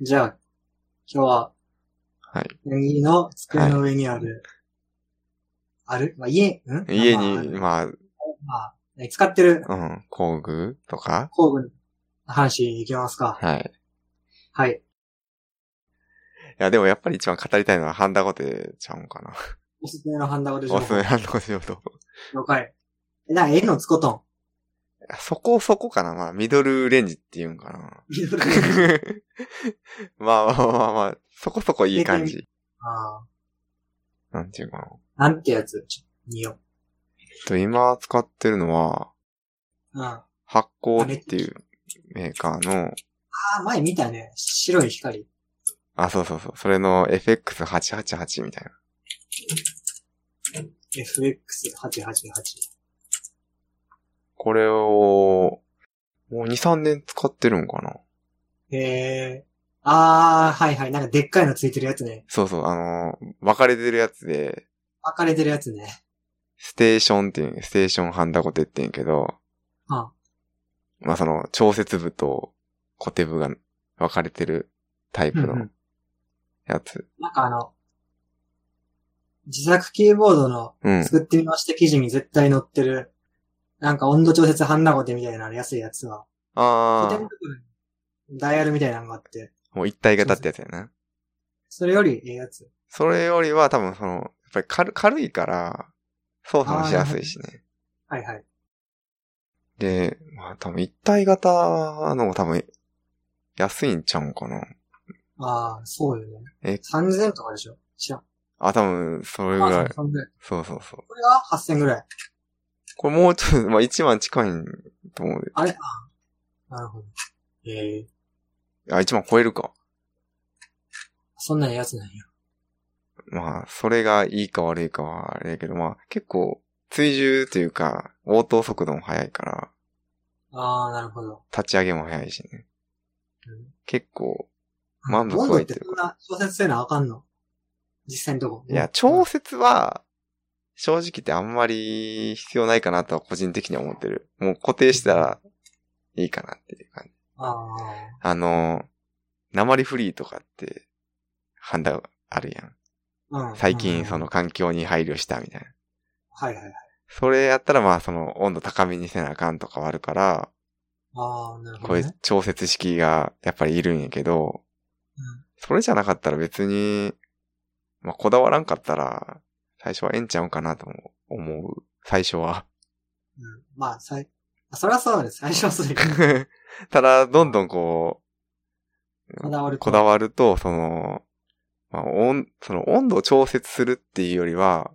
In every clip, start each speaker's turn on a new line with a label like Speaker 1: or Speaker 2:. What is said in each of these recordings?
Speaker 1: じゃあ、今日は、
Speaker 2: はい。
Speaker 1: 右の机の上にある、あるまあ、家、ん
Speaker 2: 家
Speaker 1: まあ
Speaker 2: に、ま
Speaker 1: まあ、ね使ってる
Speaker 2: あ、うん、工具とか
Speaker 1: 工具の話いきますか。
Speaker 2: はい。
Speaker 1: はい。
Speaker 2: いや、でもやっぱり一番語りたいのはハンダゴテちゃうんかな。
Speaker 1: おすすめのハンダゴテ情
Speaker 2: おすす
Speaker 1: 報
Speaker 2: めハンダゴテ用と。
Speaker 1: 了解。え、な、ええのつ ことん。
Speaker 2: そこそこかなまあ、ミドルレンジって言うん かなまあまあまあまあ、そこそこいい感じ。
Speaker 1: ああ、
Speaker 2: なんていうかな。え
Speaker 1: なんてやつちょ見よ
Speaker 2: っと、今使ってるのは、
Speaker 1: う。うん。あ
Speaker 2: 発光っていうメーカーの、
Speaker 1: あ、前見たね。白い光。
Speaker 2: あ、そうそうそう、それの FX888 みたいな。
Speaker 1: FX888。
Speaker 2: これを、もう2、3年使ってるんかな
Speaker 1: へえ。ああ、はいはい。なんかでっかいのついてるやつね。
Speaker 2: そうそう、あのー、分かれてるやつで、
Speaker 1: 分かれてるやつね。
Speaker 2: ステーションっていう、ステーションハンダコテって言うんやけど、
Speaker 1: あ
Speaker 2: まあその、調節部とコテ部が分かれてるタイプ
Speaker 1: うんう
Speaker 2: のやつ。
Speaker 1: なんかあの、自作キーボードの
Speaker 2: うん、
Speaker 1: 作ってみました記事に絶対載ってる、なんか温度調節ハンダゴテみたいなの安いやつは、とて
Speaker 2: あ
Speaker 1: もダイヤルみたいなのがあって、
Speaker 2: あ、もう一体型ってやつやな。
Speaker 1: それよりええやつ。
Speaker 2: それよりは多分その、やっぱり軽軽いから、操作もしやすいしね。
Speaker 1: はいはい。
Speaker 2: で、まあ多分一体型のも多分、安いんちゃうんかな。
Speaker 1: ああ、そうよね。
Speaker 2: え
Speaker 1: 3000とかでしょ知らん。
Speaker 2: あ、多分、それぐ
Speaker 1: ま
Speaker 2: らい
Speaker 1: あ、。そんぐらい
Speaker 2: そうそうそう。
Speaker 1: これが8000ぐらい。
Speaker 2: これもうちょっと、まあ一万近いと思うで。
Speaker 1: あれああなるほど。ええ
Speaker 2: あ、一万超えるか。
Speaker 1: そんなやつなんや。
Speaker 2: まあ、それがいいか悪いかはあれやけど、まあ結構、追従というか、応答速度も速いから、
Speaker 1: ああ、なるほど。
Speaker 2: 立ち上げも速いしね
Speaker 1: うん。
Speaker 2: 結構、満足
Speaker 1: 温
Speaker 2: は
Speaker 1: 度
Speaker 2: いっ
Speaker 1: ってて
Speaker 2: る
Speaker 1: そんな調節せなあかんの実際のとこ。
Speaker 2: いや、調節は、正直言ってあんまり必要ないかなとは個人的には思ってる。もう固定したらいいかなっていう感じ。
Speaker 1: ああ、
Speaker 2: あの、鉛フリーとかって、判断あるやん。
Speaker 1: うん。
Speaker 2: 最近そ
Speaker 1: の。
Speaker 2: の環境に配慮したみたいな。
Speaker 1: はいはいはい。
Speaker 2: それやったらまあその温度高めにせなあかんとかはあるから、
Speaker 1: ああ、なるほ
Speaker 2: こ
Speaker 1: ど、
Speaker 2: う
Speaker 1: ね。
Speaker 2: いう調節式がやっぱりいるんやけど、それじゃなかったら別に、まあこだわらんかったら、最初はええんちゃうんかなとも思う。最初は。
Speaker 1: うん。うん。まあ、さい、あそりゃそうです。最初はそれ
Speaker 2: ただ、どんどんこ
Speaker 1: こだわる
Speaker 2: う、
Speaker 1: と。
Speaker 2: こだわると、その、まあ、温、その温度を調節するっていうよりは、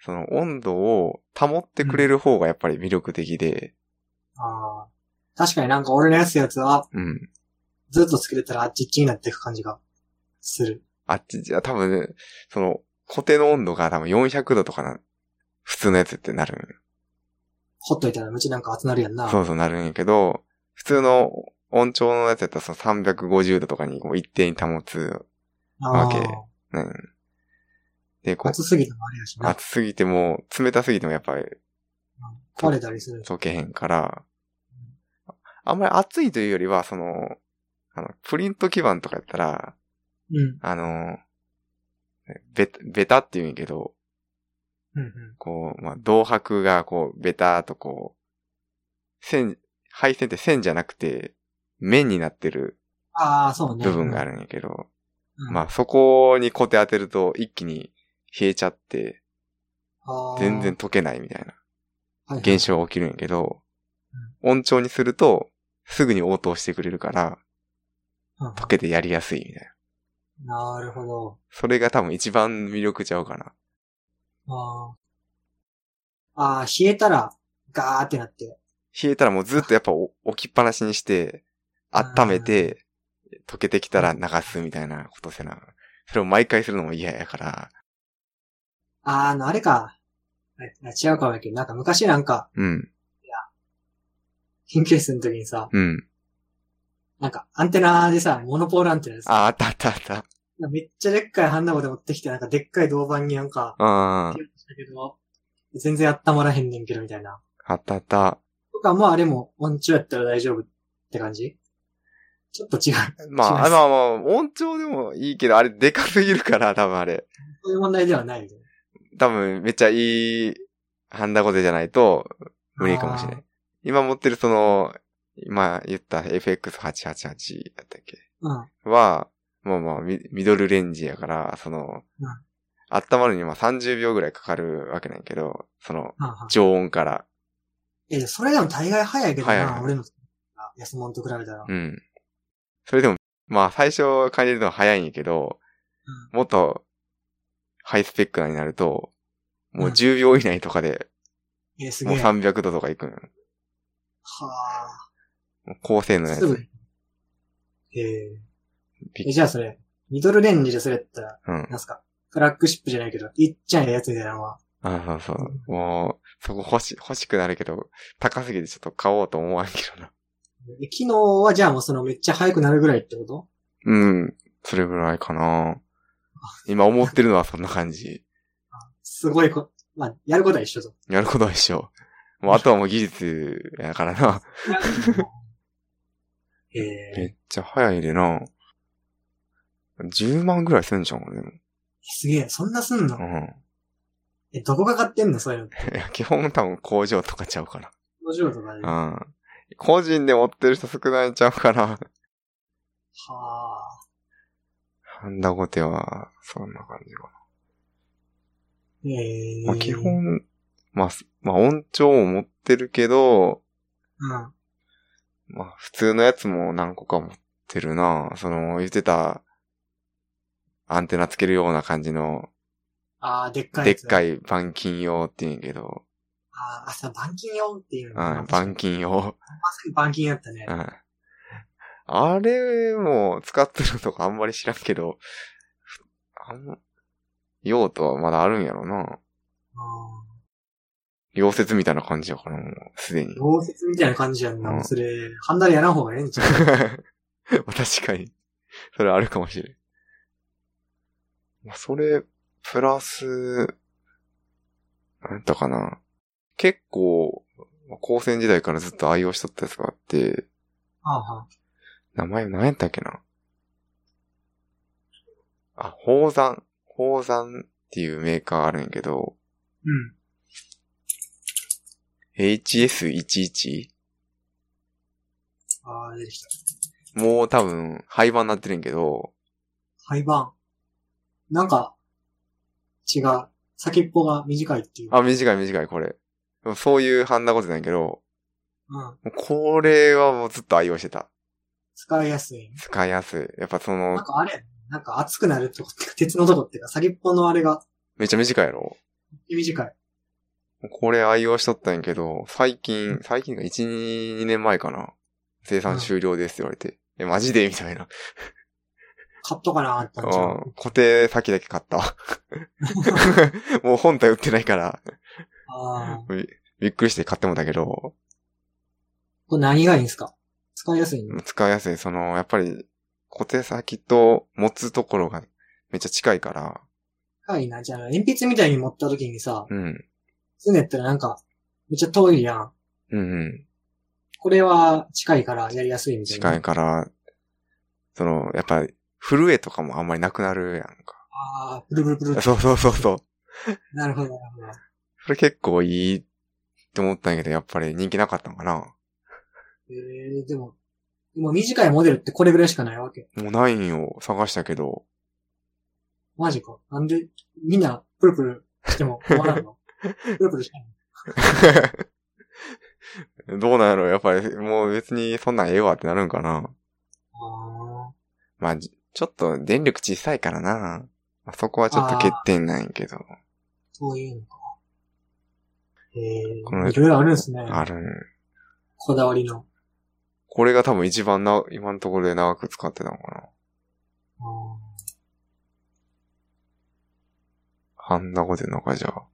Speaker 2: その温度を保ってくれる方がやっぱり魅力的で、
Speaker 1: ああ。確かになんか俺のやつやつは、
Speaker 2: うん。
Speaker 1: ずっとつけてたらあっちっちになっていく感じがする。
Speaker 2: あっちじゃ、多分ね、その、固定の温度が多分400度とかな、普通のやつってなる
Speaker 1: ほっといたらうちなんか熱なるやん
Speaker 2: ん。
Speaker 1: な。
Speaker 2: そうそうなるんやけど、普通の温調のやつやったらその350度とかにこう一定に保つ。
Speaker 1: あ
Speaker 2: わけ
Speaker 1: あ。
Speaker 2: うん。で、こう、
Speaker 1: 熱すぎてもあれやしな。
Speaker 2: 暑すぎても、冷たすぎてもやっぱり
Speaker 1: 壊れたりする。
Speaker 2: 溶けへんから、あんまり暑いというよりは、その、あの、プリント基板とかやったら、
Speaker 1: うん。
Speaker 2: あの、ベタ、ベタって言うんやけど、
Speaker 1: うんうん。
Speaker 2: こう、まあ、銅箔がこう、ベターとこう、線、配線って線じゃなくて、面になってる
Speaker 1: ああ、そうね。
Speaker 2: 部分があ
Speaker 1: る。
Speaker 2: るんやけど、
Speaker 1: うん、
Speaker 2: まあ、そこにコテ当てると一気に冷えちゃって、
Speaker 1: あー
Speaker 2: 全然、溶けないみたいな。
Speaker 1: はいはい
Speaker 2: 現象が起きるんやけど、音調にすると、すぐに応答してくれるから、
Speaker 1: うんうん
Speaker 2: 溶けてやりやすいみたいな。
Speaker 1: なるほど。
Speaker 2: それが多分一番魅力ちゃうかな。
Speaker 1: ああ。ああ、冷えたら、ガーってなって。
Speaker 2: 冷えたらもうずっとやっぱお置きっぱなしにして、温めて、溶けてきたら流すみたいなことせな。それを毎回するのも嫌やから。
Speaker 1: ああ、あの、あれか。あ違うかもやけど、なんか昔なんか、
Speaker 2: うん、
Speaker 1: 研究室の時にさ、
Speaker 2: うん。
Speaker 1: なんかアンテナでさ、モノポールアンテナでさ、
Speaker 2: あ、あったあったあった。
Speaker 1: めっちゃでっかいハンダゴで持ってきて、なんかでっかい銅板になんか、
Speaker 2: うん。
Speaker 1: だけど、全然温まらへんねんけど、みたいな。
Speaker 2: あったあった。
Speaker 1: とか、まああれも、音中やったら大丈夫って感じちょっと違う。
Speaker 2: まあ、
Speaker 1: します
Speaker 2: まあまあ、音調でもいいけど、あれでかすぎるから、多分あれ。
Speaker 1: そういう問題ではないで。
Speaker 2: 多分めっちゃいいハンダゴテじゃないと無理かもしれない。今持ってるその、今言った FX888 だったっけ
Speaker 1: うん。
Speaker 2: は、もうまあミミドルレンジやから、その、
Speaker 1: うん
Speaker 2: 温まるにまあ30秒ぐらいかかるわけなんやけど、その、
Speaker 1: はんはん
Speaker 2: 常温から。
Speaker 1: え、それでも大概早いけど
Speaker 2: 早い早、
Speaker 1: ない俺の、あ安物と比べたら。
Speaker 2: うん。それでも、まあ最初感じるのは早いんやけど、もっとハイスペックなになると、もう10秒以内とかで、
Speaker 1: え、す
Speaker 2: も
Speaker 1: げ
Speaker 2: う
Speaker 1: え。は
Speaker 2: 300度とかいくんよ。もう高性能
Speaker 1: あ。
Speaker 2: なや
Speaker 1: すぐ
Speaker 2: つ。。
Speaker 1: ええ。
Speaker 2: びっ
Speaker 1: え、じゃあそれ、ミドルレンジでそれやったら、
Speaker 2: うん。
Speaker 1: なんすか、フラッグシップじゃないけど、いっちゃんやつみたいなのは、
Speaker 2: あそうそう。もう、そこ欲し、欲しくなるけど、高すぎてちょっと買おうと思わんけどな。
Speaker 1: え機能はじゃあもうそのめっちゃ速くなるぐらいってこと
Speaker 2: うん。それぐらいかな。今思ってるのはそんな感じ。
Speaker 1: すごいこ、まあ、やることは一緒と。
Speaker 2: やることは一緒。もうあとはもう技術やからな。
Speaker 1: え
Speaker 2: め
Speaker 1: え、
Speaker 2: っちゃ早いでな。10万ぐらいすんじゃん、でも。
Speaker 1: すげえ、そんなすんの
Speaker 2: うん。
Speaker 1: え、どこが買ってんのそういうの。
Speaker 2: いや、基本多分工場とかちゃうか
Speaker 1: 工場とかで。は
Speaker 2: ら。うん。個人で持ってる人少ないんちゃうから。
Speaker 1: あ。
Speaker 2: ハンダゴテは、そんな感じかな。
Speaker 1: ええ。
Speaker 2: まあ、基本、まあ、すまあ、音調も持ってるけど、
Speaker 1: うん。
Speaker 2: まあ、普通のやつも何個か持ってるな。その、言ってた、アンテナつけるような感じの、
Speaker 1: ああ、でっかい
Speaker 2: で
Speaker 1: や
Speaker 2: っ
Speaker 1: つ。
Speaker 2: か
Speaker 1: い。
Speaker 2: い板金用って言うんやけど、
Speaker 1: ああ、さ、板金用っていう
Speaker 2: う
Speaker 1: の
Speaker 2: ん、
Speaker 1: かな。
Speaker 2: 板金用。
Speaker 1: まさに板金やったね
Speaker 2: う。ん。あれも使ってるとかあんまり知らんけど、ふあん用途はまだあるんやろな。
Speaker 1: う
Speaker 2: 溶接みたいな感じやから、もう、すでに
Speaker 1: ん。。溶接みたいな感じやんな。
Speaker 2: うん
Speaker 1: もうそれ、ハンダでやらん方がええんちゃう
Speaker 2: 確かに。それあるかもしれん。まあ、それ、プラス、なんやったかな。結構、まあ高専時代からずっと愛用しとったやつがあって、
Speaker 1: はあは
Speaker 2: 名前何やったっけな。あ、宝山。宝山っていうメーカーあるんやけど、
Speaker 1: うん。
Speaker 2: HS11?
Speaker 1: ああ、出てきた。
Speaker 2: もう多分、廃盤になってるんやけど、
Speaker 1: 廃盤。なんか、違う。先っぽが短いっていう。
Speaker 2: あ、短い短い、これ。でもそういうハンダゴテなんやけど、
Speaker 1: うん。
Speaker 2: もうこれはもうずっと愛用してた。
Speaker 1: 使いやすい。
Speaker 2: 使いやすい。やっぱそ
Speaker 1: なん
Speaker 2: の、
Speaker 1: かあれ、なんか熱くなるとこってか、鉄のとこってか、先っぽのあれが
Speaker 2: めっちゃ短いやろ
Speaker 1: 短い。
Speaker 2: これ愛用しとったんやけど、最近、最近が1、2 2年前かな。生産終了ですって言われて。え、マジでみたいな。
Speaker 1: 買っとかなーって
Speaker 2: う
Speaker 1: 感じ。
Speaker 2: ん。固定先だけ買っ たわ。もう本体売ってないから、
Speaker 1: ああ。
Speaker 2: びびっくりして買ってもだけど、
Speaker 1: これ何がいいんすか使いやすいの
Speaker 2: 使いやすい。その、やっぱり、固定先と持つところがめっちゃ近いから、
Speaker 1: 高いな。じゃあ、鉛筆みたいに持った時にさ、
Speaker 2: うん。
Speaker 1: すねったらなんか、めっちゃ遠いやん。
Speaker 2: うんうん。
Speaker 1: これは近いからやりやすいみたいな。
Speaker 2: 近いから、その、やっぱ、震えとかもあんまりなくなるやんか。
Speaker 1: ああ、プルプルプル。
Speaker 2: そうそうそうそう。
Speaker 1: なるほど、なるほど。
Speaker 2: それ結構いいって思ったんやけど、やっぱり人気なかったんかな。
Speaker 1: えー、でも、でも短いモデルってこれぐらいしかないわけ。
Speaker 2: もうないんよ、探したけど。
Speaker 1: マジか。なんで、みんな、プルプルしても終わらん のプルプルしても。
Speaker 2: どうなんやろやっぱり、もう別にそんなんええわってなるんかな。
Speaker 1: あ
Speaker 2: まあ、じちょっと電力小さいからな。まあそこはちょっと欠点なんやけど。
Speaker 1: ーそういうのか。え
Speaker 2: この
Speaker 1: ー、いろいろあるんですね。
Speaker 2: あるん。
Speaker 1: こだわりの。
Speaker 2: これが多分一番な、今のところで長く使ってたのかな。
Speaker 1: あー
Speaker 2: ハンダゴテのか、じゃあ。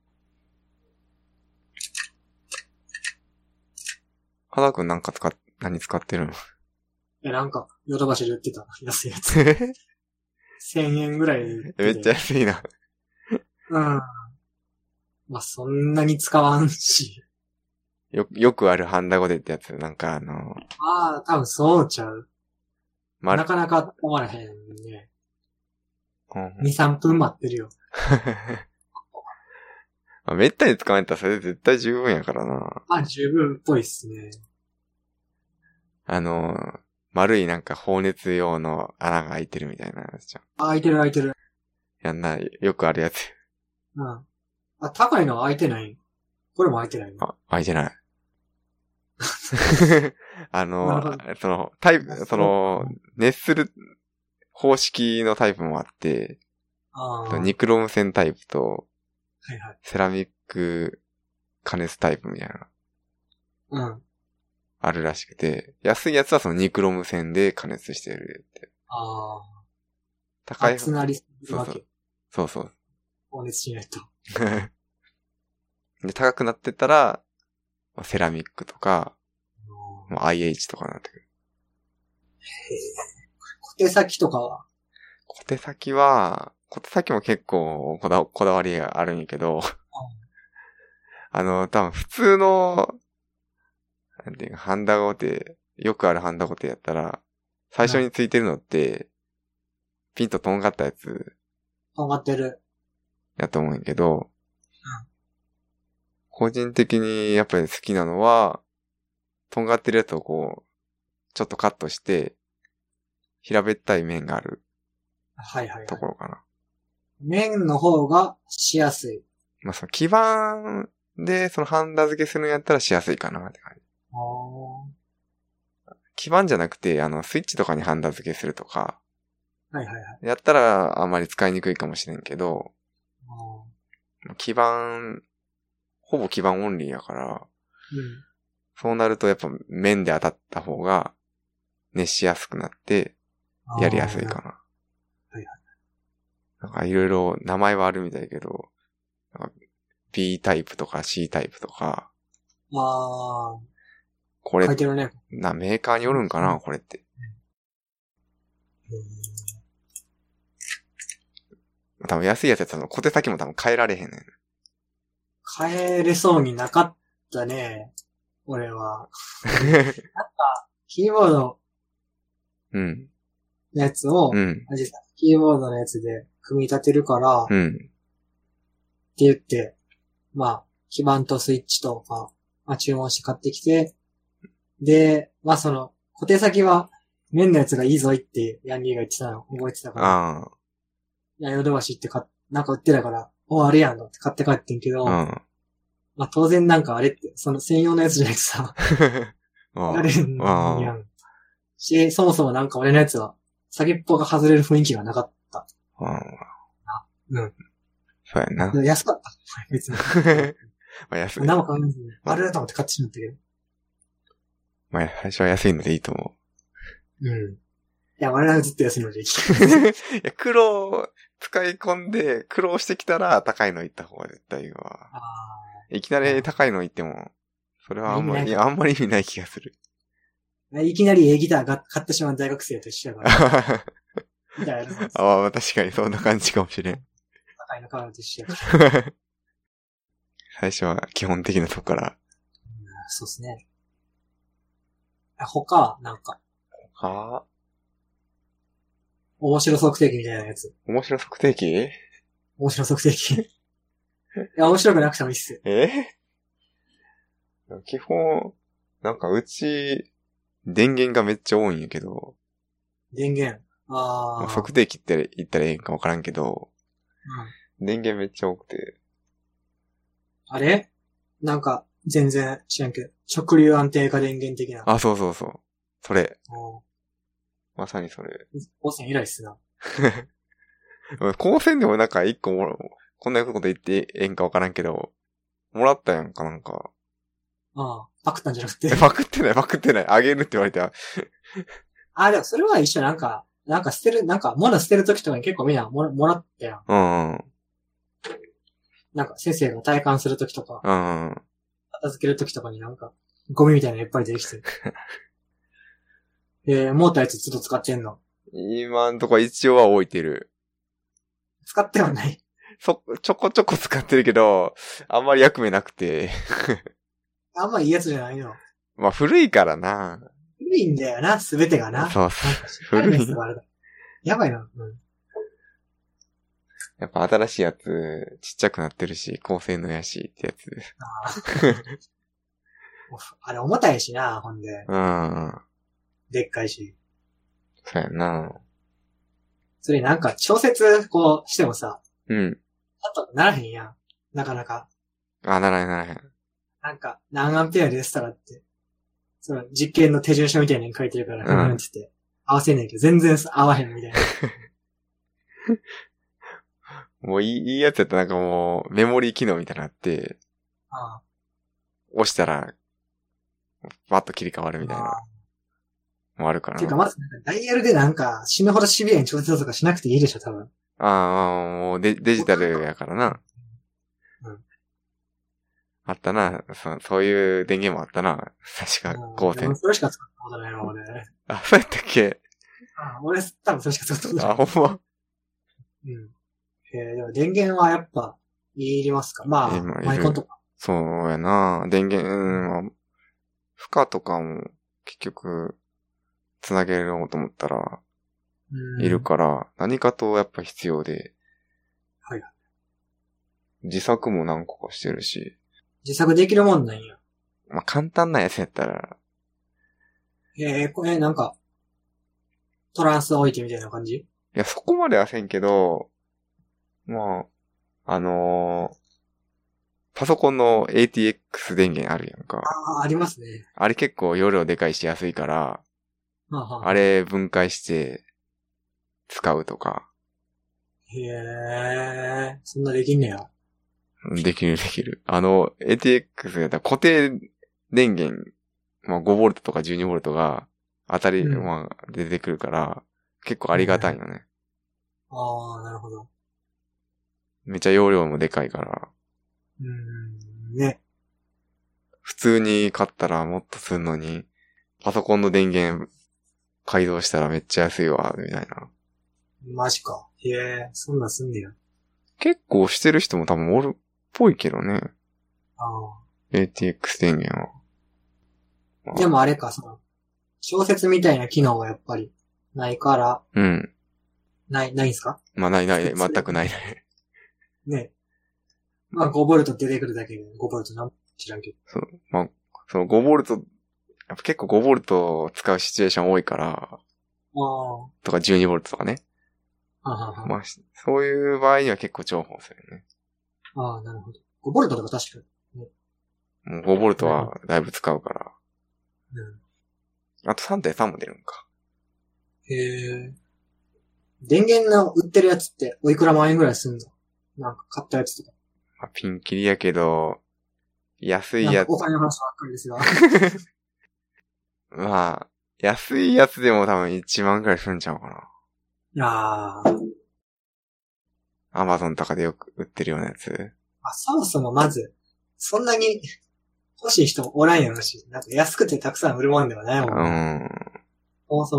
Speaker 2: はだくんなんか使っ、何使ってるの
Speaker 1: え、なんか、ヨドバシで売ってた 安いやつ。
Speaker 2: え
Speaker 1: 1000円ぐらいで売てて
Speaker 2: めっちゃ。安いな。
Speaker 1: うん。まあ、そんなに使わんし。
Speaker 2: よ、よくあるハンダゴテってやつ、なんかあの、
Speaker 1: まあ、多分そうちゃう。
Speaker 2: ま
Speaker 1: なかなか温まらへんね。
Speaker 2: うん
Speaker 1: 2、3分待ってるよ。
Speaker 2: まあ、めったに使われたらそれで絶対十分やからな。
Speaker 1: まあ、十分っぽいっすね。
Speaker 2: あのー、丸いなんか放熱用の穴が開いてるみたいなやつじゃん。
Speaker 1: あ、空いてる空いてる。
Speaker 2: やんない、よくあるやつ。
Speaker 1: うん。あ、高いのは空いてない。これも空いてないの。
Speaker 2: あ、開い てない。 あの
Speaker 1: なるほ
Speaker 2: ー、その、タイプ、その、熱する方式のタイプもあって、
Speaker 1: ああ。はい
Speaker 2: ニクロム線タイプと、
Speaker 1: はい。
Speaker 2: セラミック加熱タイプみたいな、
Speaker 1: うん。
Speaker 2: あるらしくて、安いやつはそのニクロム線で加熱してるって。
Speaker 1: ああ。
Speaker 2: 高い、
Speaker 1: 熱
Speaker 2: そう
Speaker 1: なりすぎるわ
Speaker 2: そうそ
Speaker 1: け。
Speaker 2: そう。
Speaker 1: 放 熱しないと。
Speaker 2: で、高くなってったら、まあセラミックとか、
Speaker 1: うん
Speaker 2: まあ IH とかになってくる。
Speaker 1: 小手先とかは、
Speaker 2: 小手先は、小手先も結構こだこだわりがあるんやけど、あの、多分普通の、なんていうか、ハンダゴテ、よくあるハンダゴテやったら、最初についてるのって、ピンととんがったやつ
Speaker 1: とんがってる。
Speaker 2: やと思うんやけど、個人的にやっぱり好きなのは、とんがってるやつをこう、ちょっとカットして、平べったい面がある
Speaker 1: はいはい、はい
Speaker 2: と。ころかな。
Speaker 1: 麺の方がしやすい。
Speaker 2: まあ、その基盤で、そのハンダ付けするんやったらしやすいかなって感じ。
Speaker 1: あー
Speaker 2: 基盤じゃなくて、あの、スイッチとかにハンダ付けするとか、
Speaker 1: はいはいはい。
Speaker 2: やったらあんまり使いにくいかもしれんけど、
Speaker 1: あー
Speaker 2: 基盤、ほぼ基盤オンリーやから、
Speaker 1: うん。
Speaker 2: そうなるとやっぱ面で当たった方が、熱しやすくなって、
Speaker 1: あー
Speaker 2: やりやすいか
Speaker 1: は
Speaker 2: な。
Speaker 1: いはい
Speaker 2: なんかいろいろ名前はあるみたいけど、なんか B タイプとか C タイプとか、
Speaker 1: ああ、
Speaker 2: これ
Speaker 1: 書いてるね。
Speaker 2: な、メーカーによるんかな、これって。
Speaker 1: うん
Speaker 2: 多分安いやつやったら小手先も多分変えられへんねん。
Speaker 1: 変えれそうになかったね。俺は。 キーボード
Speaker 2: うん。
Speaker 1: のやつを、
Speaker 2: うん。
Speaker 1: あ実際キーボードのやつで組み立てるから、って
Speaker 2: うん。
Speaker 1: 言って、まあ、基板とスイッチとか、まあ注文して買ってきて、で、まあその、小手先は、麺のやつがいいぞいって、ヤンリーが言ってたの、覚えてたから。
Speaker 2: あ
Speaker 1: いや、ヨドバシってか、なんか売ってたから、おあれやんのって買って帰ってんけど、
Speaker 2: あ。うん。
Speaker 1: まあ当然なんかあれって、その専用のやつじゃなくてさ、
Speaker 2: あ
Speaker 1: あれや
Speaker 2: あ
Speaker 1: ん。し、そもそもなんか俺のやつは、先っぽが外れる雰囲気がなかった。
Speaker 2: あ。ああ
Speaker 1: うん。
Speaker 2: そうや な。
Speaker 1: 安かった。別に。
Speaker 2: まあ安い。ま
Speaker 1: 何も考えずに、あれだと思って買ってしまったけど。
Speaker 2: あ最初は安いのでいいと 思
Speaker 1: うん。いや、我々はずっと安いの でいい。
Speaker 2: う。いや、苦労、使い込んで苦労してきたら高いの行った方が絶対いいわ。
Speaker 1: あ
Speaker 2: いきなり高いの行っても、それはあんま
Speaker 1: 意味
Speaker 2: り、
Speaker 1: な
Speaker 2: あんまり意味ない気がする。
Speaker 1: ーいきなり A ギターが買ってしまう大学生と一緒だ から、
Speaker 2: あ
Speaker 1: みたいな。
Speaker 2: あ、確かにそんな感じかもしれん。
Speaker 1: 高いの買うのと一緒だから。
Speaker 2: 最初は基本的なとこから。
Speaker 1: そうですね。あ他、なんか、
Speaker 2: はあ
Speaker 1: 面白測定器みたいなやつ。
Speaker 2: 面白測定器
Speaker 1: 面白測定 器。いや、面白くなくてもいいっすよ。
Speaker 2: え基本、なんかうち、電源がめっちゃ多いんやけど、
Speaker 1: 電源。あ
Speaker 2: ま
Speaker 1: あ
Speaker 2: あ。測定器って言ったらええんかわからんけ
Speaker 1: う
Speaker 2: ど、
Speaker 1: ん
Speaker 2: 電源めっちゃ多くて。
Speaker 1: あれなんか、全然知らんけど、直流安定化電源的な。
Speaker 2: あ、そうそうそう。それ。
Speaker 1: お
Speaker 2: まさにそれ。
Speaker 1: ー高専以来っすな。
Speaker 2: 高専でもなんか一個もらこんなこと言ってええんかわからんけど、もらったやんか、なんか。
Speaker 1: ああ。パクったんじゃなくて
Speaker 2: え、。パクってない、パクってない。あげるって言われた
Speaker 1: あ
Speaker 2: ら、
Speaker 1: あ、でもそれは一緒なんか、なんか捨てる、なんか、物捨てるときとかに結構みんなもらもらったやん。
Speaker 2: うん、うん、
Speaker 1: なんか、先生が体感するときとか、
Speaker 2: うんうん。
Speaker 1: 片付けるときとかになんか、ゴミみたいなのいっぱい出てき て。えー、モーターやつずっと使ってんの
Speaker 2: 今んとこ一応は置いてる。
Speaker 1: 使ってはない。
Speaker 2: そ、ちょこちょこ使ってるけど、あんまり役目なくて。
Speaker 1: あんまいいやつじゃないの。
Speaker 2: まあ古いからな。
Speaker 1: 古いんだよな、すべてがな。
Speaker 2: そう、
Speaker 1: なんか
Speaker 2: 古
Speaker 1: シ
Speaker 2: い
Speaker 1: ングルス。があれ だやばいな。うん。
Speaker 2: やっぱ新しいやつ、ちっちゃくなってるし、高性能やしってやつ。
Speaker 1: あれ重たいしな、ほんで。
Speaker 2: うん。
Speaker 1: でっかいし。
Speaker 2: そうやな。
Speaker 1: それなんか調節、こうしてもさ、
Speaker 2: うん。
Speaker 1: あとならへんやん。なかなか。
Speaker 2: あ、ならへんならへん。
Speaker 1: なんか、何アンペアですたらって、その実験の手順書みたいなのに書いてるから、
Speaker 2: うん
Speaker 1: うん、って言って、合わせんねんけど、全然合わへんみたいな。
Speaker 2: もういい、いいやつやったらなんかもう、メモリー機能みたいなのあって、
Speaker 1: あ
Speaker 2: 押したら、バッと切り替わるみたい
Speaker 1: あ
Speaker 2: な。もあるか
Speaker 1: あ
Speaker 2: ら
Speaker 1: ていう
Speaker 2: な。
Speaker 1: か、まず、ダイヤルでなんか、死ぬほどシビアに調節とかしなくていいでしょ、多分。
Speaker 2: ああ、もうデデジタルやからな。
Speaker 1: うん
Speaker 2: あったな。そそういう電源もあったな。確か、高
Speaker 1: う
Speaker 2: 専
Speaker 1: ん。それしか使ったことないの、俺。うん
Speaker 2: あ、そうやったっけ
Speaker 1: 俺、多分それしか使ったことな
Speaker 2: あ、
Speaker 1: い。
Speaker 2: ほんま。
Speaker 1: うん。えー、でも電源はやっぱ、いりますかまあ、
Speaker 2: 今いる
Speaker 1: マイコンとか。
Speaker 2: そうやな。電源、うん、まあ負荷とかも、結局、つなげようと思ったら、
Speaker 1: うん
Speaker 2: いる。から、何かとやっぱ必要で。
Speaker 1: はい。
Speaker 2: 自作も何個かしてるし、
Speaker 1: 自作できるもんなんや。
Speaker 2: まあ、簡単なやつやったら、
Speaker 1: えー、これなんか、トランス置いてみたいな感じ
Speaker 2: いや、そこまではせんけど、まあ、あのーパソコンの ATX 電源あるやんか。
Speaker 1: ああ、ありますね。
Speaker 2: あれ結構容量でかいし安いから、
Speaker 1: はあ、はあ、
Speaker 2: あれ分解して使うとか、
Speaker 1: へえ、そんなできんねや。
Speaker 2: できるできる。あの、ATX やったら固定電源、まあ 5V とか 12V が当たり、
Speaker 1: うん
Speaker 2: まあ出てくるから、結構ありがたいよね。
Speaker 1: ああ、なるほど。
Speaker 2: めっちゃ容量もでかいから、
Speaker 1: うーん、ね。
Speaker 2: 普通に買ったらもっとするのに、パソコンの電源改造したらめっちゃ安いわ、みたいな。
Speaker 1: マジか。へえ、そんなんすんねや。
Speaker 2: 結構してる人も多分おるっぽいけどね。
Speaker 1: ああ。
Speaker 2: ATX 電源は。まあ
Speaker 1: でもあれか、その、小説みたいな機能がやっぱりないから、
Speaker 2: うん。
Speaker 1: ない、ないんすか
Speaker 2: まあないない、
Speaker 1: 普通
Speaker 2: 全くないない。
Speaker 1: ね。まあ 5V 出てくるだけで 5V なんも知らんけど。
Speaker 2: まあ、その 5V、やっぱ結構 5V 使うシチュエーション多いから、
Speaker 1: あ
Speaker 2: とか 12V とかね。
Speaker 1: あ、はあはあ、
Speaker 2: まあ、しそういう場合には結構重宝するよね。
Speaker 1: ああ、なるほど。5V とか確かに。
Speaker 2: もう 5V はだいぶ使うから。
Speaker 1: うん。
Speaker 2: あと3.3も出るんか。
Speaker 1: へえ。電源の売ってるやつっておいくら万円ぐらいすんのなんか買ったやつとか。
Speaker 2: まあ、ピンキリやけど、安い
Speaker 1: なん
Speaker 2: や
Speaker 1: か
Speaker 2: つ。
Speaker 1: お金の話ばっかりですが。
Speaker 2: まあ、安いやつでも多分1万くらいすんちゃうかな。
Speaker 1: ああ。
Speaker 2: アマゾンとかでよく売ってるようなやつ。
Speaker 1: まあ、そもそもまず、そんなに欲しい人もおらんやろし、なんか安くてたくさん売るもんではないもん。
Speaker 2: う
Speaker 1: そもそ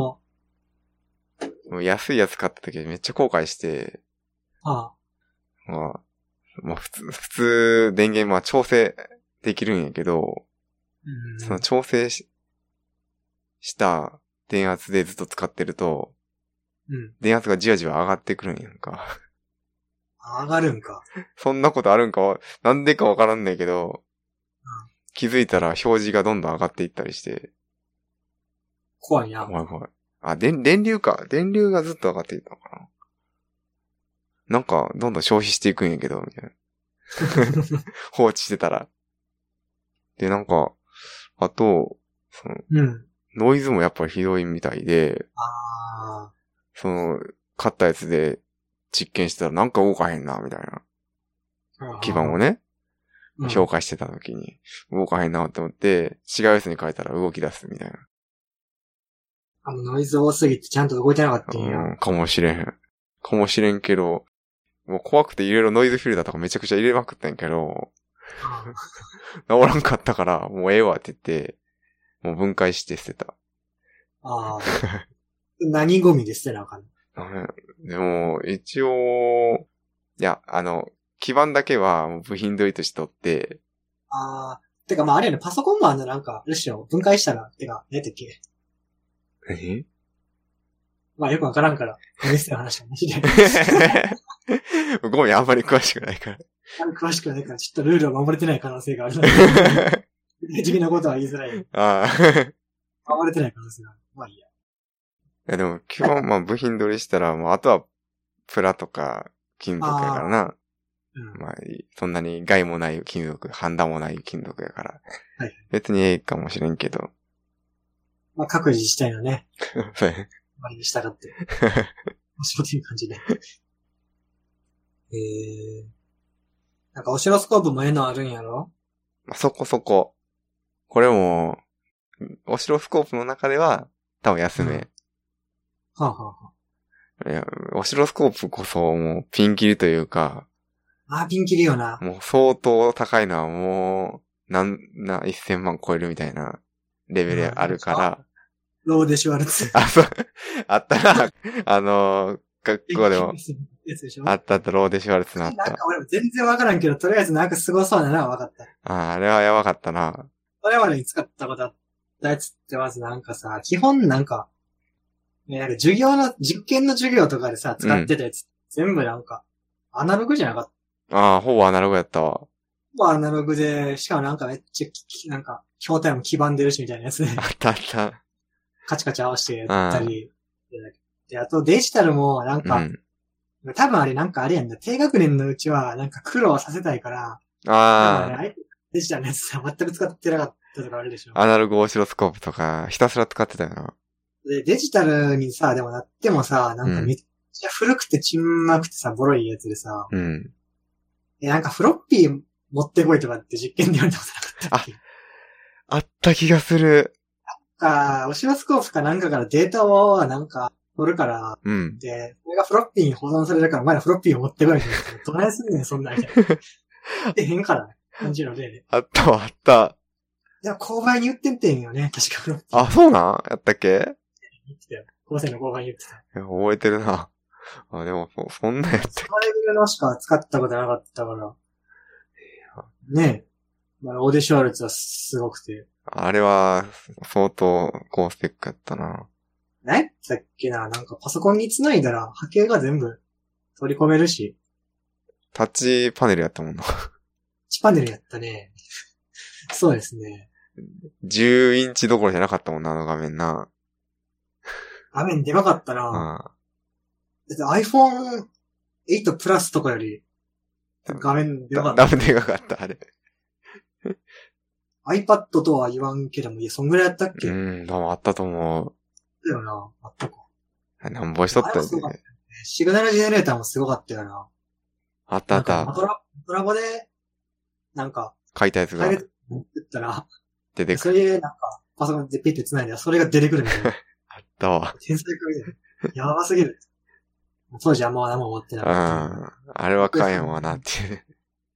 Speaker 1: も。
Speaker 2: ん。もう安いやつ買った時めっちゃ後悔して、
Speaker 1: あ
Speaker 2: まあ、まあ普通、普通電源まあ調整できるんやけど、
Speaker 1: うん。
Speaker 2: その調整しした電圧でずっと使ってると、
Speaker 1: うん。
Speaker 2: 電圧がじわじわ上がってくるんやんか。
Speaker 1: 上がるんか。
Speaker 2: そんなことあるんかわ、なんでかわからんねんけど、気づいたら表示がどんどん上がっていったりして、
Speaker 1: 怖いな。
Speaker 2: 怖い怖い。あ、電、電流か。電流がずっと上がっていったのかな。なんか、どんどん消費していくんやけど、みたいな。放置してたら。で、なんか、あと、その、
Speaker 1: うん。
Speaker 2: ノイズもやっぱりひどいみたいで、
Speaker 1: ああ。
Speaker 2: その、買ったやつで実験してたらなんか動かへんな、みたいな。基盤をね、
Speaker 1: うん
Speaker 2: 評価してた時に、動かへんなって思って、違うやつに変えたら動き出すみたいな。
Speaker 1: あのノイズ多すぎてちゃんと動いてなかったんや。
Speaker 2: うん、かもしれへん。かもしれんけど、もう怖くていろいろノイズフィルターとかめちゃくちゃ入れまくったんやけど、
Speaker 1: あ
Speaker 2: 治らんかったから、もうええわって言って、もう分解して捨てた。
Speaker 1: あ。何ゴミで捨てなあかんの
Speaker 2: うんでも、一応、いや、あの、基板だけはもう部品取りとして取って、
Speaker 1: ああ。てかまああれやね、パソコンもあのなんか、むしろ分解したら、てか、何やったっけ
Speaker 2: え
Speaker 1: まあよくわからんから、ミスの話はなしで。
Speaker 2: ごめん、あんまり詳しくないから。
Speaker 1: あんまり詳しくないから、ちょっとルールを守れてない可能性があ るな。具体的なことは言いづらい。
Speaker 2: ああ。
Speaker 1: 守れてない可能性がある。まあいいや。
Speaker 2: いやでも、基本、まあ、部品取りしたら、もう、あとは、プラとか、金属やからな。
Speaker 1: うん。
Speaker 2: まあ、いそんなに害もない金属、ハンダもない金属やから。
Speaker 1: はい
Speaker 2: 別にええかもしれんけど。
Speaker 1: まあ各自治体のね、
Speaker 2: そうやね
Speaker 1: あれに従 って。お城という感じで。えー。なんかオシロスコープもええのあるんやろ
Speaker 2: まあ、そこそこ。これも、オシロスコープの中では、多分安め。
Speaker 1: はあ、はあはあ、
Speaker 2: いや、オシロスコープこそ、もう、ピンキリというか、
Speaker 1: ああ、ピンキリよな。
Speaker 2: もう、相当高いのはもう、なん、な、1000万超えるみたいな、レベルあるから、
Speaker 1: ローデシュワルツ。
Speaker 2: あ、そう。 あったな。あのー、学校で も。
Speaker 1: やつでしょ
Speaker 2: あったあった、ローデシュワルツの
Speaker 1: な
Speaker 2: あっ
Speaker 1: んか
Speaker 2: た。
Speaker 1: 俺も全然わからんけど、とりあえずなんか凄そうなのはわかった。
Speaker 2: あーあれはやばかったな。
Speaker 1: 我々に使ったことあったやつってまずなんかさ、基本なんか、ね、なんか授業の、実験の授業とかでさ、使ってたやつ、全部なんか、アナログじゃなかった。
Speaker 2: ああ、ほぼアナログやったわ。
Speaker 1: ほぼアナログで、しかもなんかめっちゃき、きなんか、筐体も黄ばんでるしみたいなやつで、
Speaker 2: あったあった。
Speaker 1: カチカチ合わせてやったり。で、あとデジタルもなん
Speaker 2: う
Speaker 1: か、
Speaker 2: ん。
Speaker 1: 多分あれなんかあれやんな、低学年のうちはなんか苦労させたいから、多分
Speaker 2: あ
Speaker 1: あれデジタルのやつさ、全く使ってなかったとかあるでしょ
Speaker 2: あ、。アナログオシロスコープとか、ひたすら使ってたよな。
Speaker 1: で、デジタルにさ、でもなってもさ、なんかめっちゃ古くてちんまくてさ、ボロいやつでさ、
Speaker 2: うん。
Speaker 1: え、なんかフロッピー持ってこいとかって実験で言われたことなかったっけ
Speaker 2: あった気がする。
Speaker 1: か、オシロスコープかなんかからデータをなんか取るから、
Speaker 2: うん。
Speaker 1: で、それがフロッピーに保存されるから、お前らフロッピーを持ってこいって言うんですけど、どないすんねん、そんなんみたいな。で、変から、感じの例で。
Speaker 2: あったわ、あった。
Speaker 1: でも、購買に言ってんてんよね、確かフロッピー
Speaker 2: あ、そうなんやったっけ
Speaker 1: に言ってたよ。高生の購買に言ってた。
Speaker 2: いや覚えてるな。あ、でも、そそんなんやったっ
Speaker 1: そのレベルのしか使ったことなかったから。ねえ。まあ、オーディショアルツはすごくて。
Speaker 2: あれは、相当高スペックやったな。
Speaker 1: 何やったっけななんかパソコンに繋いだら波形が全部取り込めるし、
Speaker 2: タッチパネルやったもんな。
Speaker 1: チパネルやったね。 そうですね。
Speaker 2: 10インチどころじゃなかったもんな、あの画面な。
Speaker 1: 画面でかかったな。
Speaker 2: あ
Speaker 1: だって iPhone 8プラスとかより、画面で
Speaker 2: あ。
Speaker 1: かか
Speaker 2: だ
Speaker 1: っ
Speaker 2: ぶでかかった、あれ。
Speaker 1: た。iPad とは言わんけども、いや、そんぐらいやったっけ、だ
Speaker 2: うん、多分あったと思
Speaker 1: よな。あったか。
Speaker 2: う。なんぼしとったよ
Speaker 1: あれはそうだ
Speaker 2: ね。
Speaker 1: シグナルジェネレーターもすごかったよな。
Speaker 2: あったあ
Speaker 1: なん
Speaker 2: っ
Speaker 1: か、マト
Speaker 2: た。
Speaker 1: ラ、マトラボで、なんか、
Speaker 2: 書いたやつ
Speaker 1: 変
Speaker 2: が
Speaker 1: えるって言ったら、
Speaker 2: 出てく
Speaker 1: そ
Speaker 2: る。
Speaker 1: れでなんか、パソコンでピッて繋いだら、それが出てくるんだよ。
Speaker 2: あったわ。
Speaker 1: 天才かみたいな。やばすぎる。当時あんま何も思ってな
Speaker 2: うん。
Speaker 1: かった。
Speaker 2: あれはかんやわなって いう。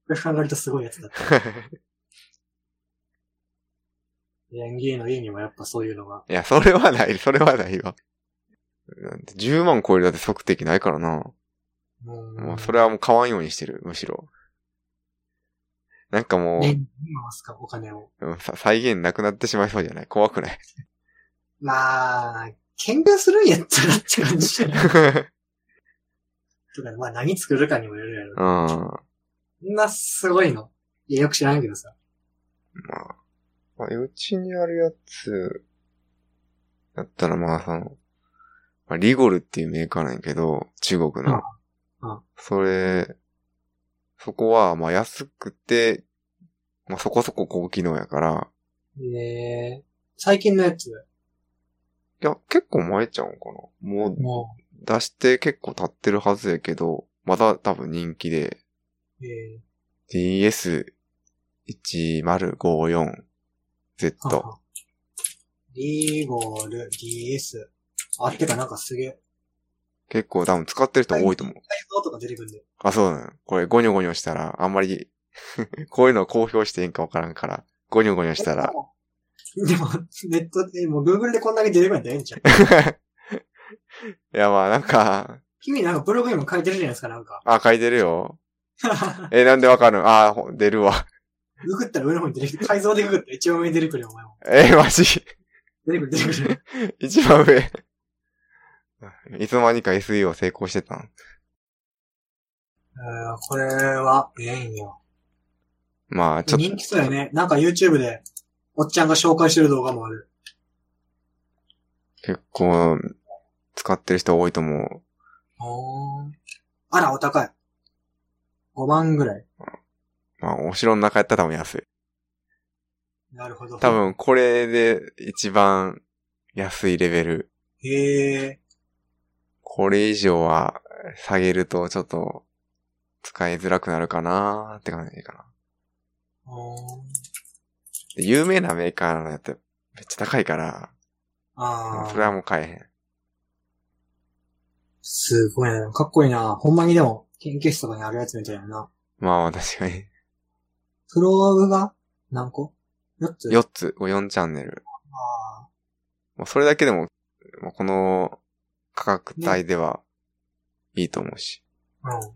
Speaker 1: これ考えるとすごいやつだった。演芸の家にもやっぱそういうのが。
Speaker 2: いや、それはない、それはないわ。なんて10万超えるだって測定器ないからな。
Speaker 1: も
Speaker 2: もうそれはもう買わんようにしてる、むしろ。なんかもう、
Speaker 1: 年に回すか、お金を。
Speaker 2: うんさ再現なくなってしまいそうじゃない怖くない
Speaker 1: まあ、研究するんやったらって感じじゃないとか、まあ何作るかにもよるやろ。
Speaker 2: うん。
Speaker 1: そんなすごいの。いや、よく知らんけどさ。
Speaker 2: まあ、まあ、うちにあるやつ、だったらまあ、その、まあ、リゴルっていうメーカーなんやけど、中国の。
Speaker 1: うんうん
Speaker 2: それ、そこは、まあ安くて、まあそこそこ高機能やから、
Speaker 1: ねえ最近のやつ、
Speaker 2: いや、結構前ちゃうんかな。もう、
Speaker 1: も
Speaker 2: 出して結構経ってるはずやけど、まだ多分人気で、
Speaker 1: う、え
Speaker 2: DS1054Z。
Speaker 1: ー、ははリーゴール、DS。あ、てかなんかすげえ。
Speaker 2: 結構多分使ってる人多いと思う。
Speaker 1: 解像とか出てくるんだよ。
Speaker 2: あ、そうなの。これ、ゴニョゴニョしたら、あんまり、 こういうのを公表していいんかわからんから、ゴニョゴニョしたら
Speaker 1: で、も、でもネットで、もう Google でこんだけ出てくるんだよ、ええんちゃう
Speaker 2: いや、まあ、なんか、
Speaker 1: 君なんかブログにも書いてるじゃないですか、なんか。
Speaker 2: あ、書いて るよ。え、なんでわかるんあ、ほ出るわ。
Speaker 1: ググったら上の方に出てきて、改造でググったら一番上に出てくるよ、お前も。
Speaker 2: え、マジ
Speaker 1: 出てくる出てくる。
Speaker 2: 一番上。いつの間にか SE は成功してたん。
Speaker 1: えーこれは、ええんよ。
Speaker 2: まあ、ちょっと
Speaker 1: 人、気そうやね。なんか YouTube で、おっちゃんが紹介してる動画もある。
Speaker 2: 結構、使ってる人多いと思
Speaker 1: おーあら、お高い。5万ぐらい。
Speaker 2: う。まあ、お城の中やったら多分安い。
Speaker 1: なるほど。
Speaker 2: 多。分、これで一番安いレベル。
Speaker 1: へえ。
Speaker 2: これ以上は下げるとちょっと使いづらくなるかなーって感じかな。
Speaker 1: おー
Speaker 2: で有名なメーカーのやつめっちゃ高いから、
Speaker 1: あ
Speaker 2: それ
Speaker 1: あ。
Speaker 2: はもう買えへん。
Speaker 1: すごいな。かっこいいな。ほんまにでも、研究室とかにあるやつみたいなな。
Speaker 2: まあまあ確か に。
Speaker 1: プローブが何個 ?4 つ。
Speaker 2: 4つ、これ4チャンネル。
Speaker 1: あ
Speaker 2: もうそれだけでも、もうこの価格帯ではいいと思うし。
Speaker 1: ーうん。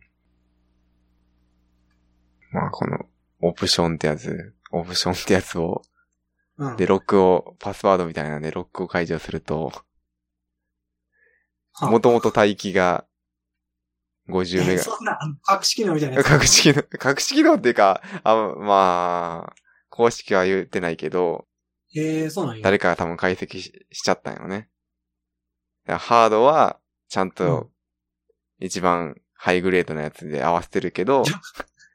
Speaker 2: まあこのオプションってやつ、オプションってやつを、
Speaker 1: うん。
Speaker 2: で、ロックを、パスワードみたいなんでロックを解除すると、
Speaker 1: は
Speaker 2: もともと帯域が50メ
Speaker 1: え
Speaker 2: ガ。
Speaker 1: そんな、格式のみたいなやつ。
Speaker 2: 隠し 機能、隠し機能っていうか、あまあ、公式は言ってないけど、
Speaker 1: へえ、そうなんや。
Speaker 2: 誰かが多分解析ししちゃったんよね。だからハードは、ちゃんと、一番ハイグレードなやつで合わせてるけど、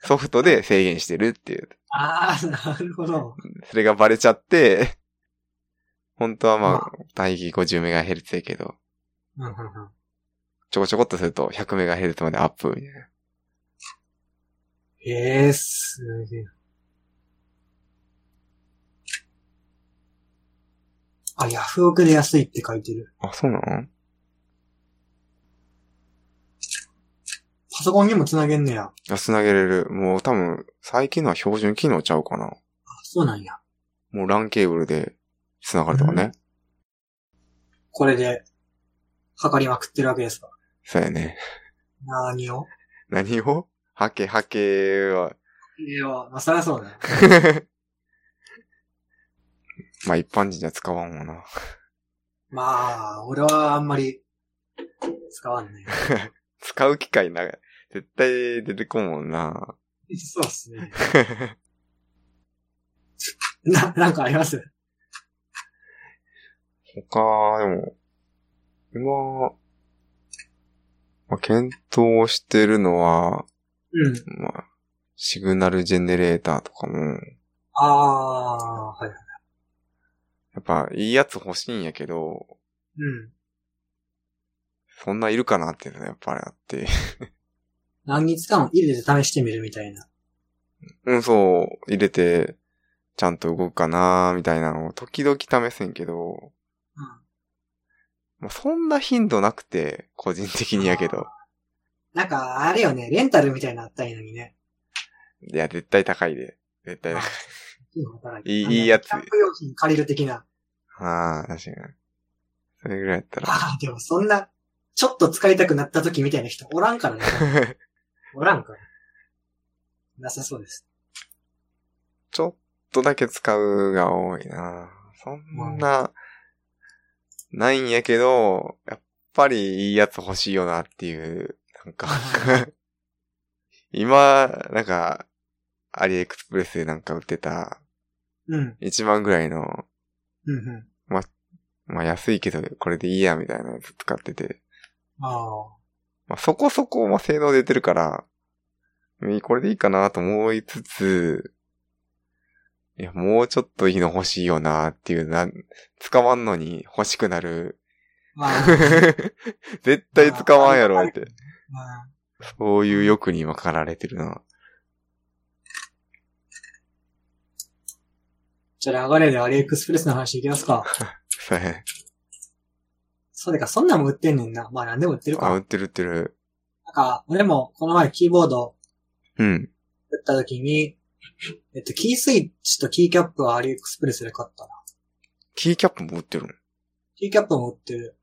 Speaker 2: ソフトで制限してるっていう。
Speaker 1: ああ、なるほど。
Speaker 2: それがバレちゃって、本当はま
Speaker 1: ま
Speaker 2: あ、大義 50MHz やけど、
Speaker 1: うん、うん、うん。
Speaker 2: ちょこちょこっとすると 100MHz までアップみたいな。
Speaker 1: ええ、すげえ。あ、ヤフオクで安いって書いてる。
Speaker 2: あ、そうなの
Speaker 1: パソコンにも繋げんねや。あ、
Speaker 2: あ、繋げれる。もう多分、最近のは標準機能ちゃうかな。
Speaker 1: そうなんや。
Speaker 2: もう LAN ケーブルで繋がるとかね。
Speaker 1: これで、測りまくってるわけですか。
Speaker 2: そうやね。
Speaker 1: 何を
Speaker 2: 何をハケハケは。
Speaker 1: いや、まあ、そりゃそうだよ。
Speaker 2: まあ一般人じゃ使わんわな。
Speaker 1: まあ、俺はあんまり、使わんね。
Speaker 2: 使う機会な、絶対出てこんもんな。
Speaker 1: そうっすね。 な、なんかあります
Speaker 2: 他、でも、今、まあ、検討してるのは、
Speaker 1: うん。
Speaker 2: まあ、シグナルジェネレーターとかも、
Speaker 1: ああ、はい。
Speaker 2: やっぱいいやつ欲しいんやけど、
Speaker 1: うん。
Speaker 2: そんないるかなっていうのはやっぱりあって。
Speaker 1: 何日間入れて試してみるみたいな。
Speaker 2: うん、そう、入れて、ちゃんと動くかなーみたいなのを時々試せんけど、
Speaker 1: うん
Speaker 2: まあ、そんな頻度なくて、個人的にやけど。
Speaker 1: なんか、あれよね、レンタルみたいなのあったんやのにね。
Speaker 2: いや、絶対高いで。絶対高い。いい
Speaker 1: あの
Speaker 2: いいやつ
Speaker 1: キャンプ用品借りる的な。
Speaker 2: ああ、確かに。それぐらいやったら。
Speaker 1: ああ、でもそんな、ちょっと使いたくなった時みたいな人おらん からね。おらんから。なさそうです。
Speaker 2: ちょっとだけ使うが多いなそんな、ないんやけど、やっぱりいいやつ欲しいよなっていう、なんか、今、なんか、アリエクスプレスでなんか売ってた、
Speaker 1: うん、
Speaker 2: 1万ぐらいの、
Speaker 1: うん、うん。
Speaker 2: まあ安いけど、これでいいや、みたいなやつ使ってて、
Speaker 1: あ
Speaker 2: まあそこそこ、まあ性能出てるから、うんこれでいいかなと思いつつ、いや、もうちょっといいの欲しいよなっていう、なん、使わんのに欲しくなる。
Speaker 1: あ。まあ、
Speaker 2: 絶対使わんやろって。
Speaker 1: ま あ、
Speaker 2: そういう欲に今かられてるな。
Speaker 1: じゃあ流れでアリエクスプレスの話いきますか。
Speaker 2: そうやね
Speaker 1: そうでか、そんなんも売ってんねんな。まあ、なんでも売ってるか。
Speaker 2: あ、売
Speaker 1: な
Speaker 2: っ
Speaker 1: ん
Speaker 2: てる売ってる。
Speaker 1: か、俺もこの前キーボード
Speaker 2: うん。
Speaker 1: 売った時に、えっと、キースイッチとキーキャップはアリエクスプレスで買ったな。
Speaker 2: キーキャップも売ってるの
Speaker 1: キーキャップも売ってる。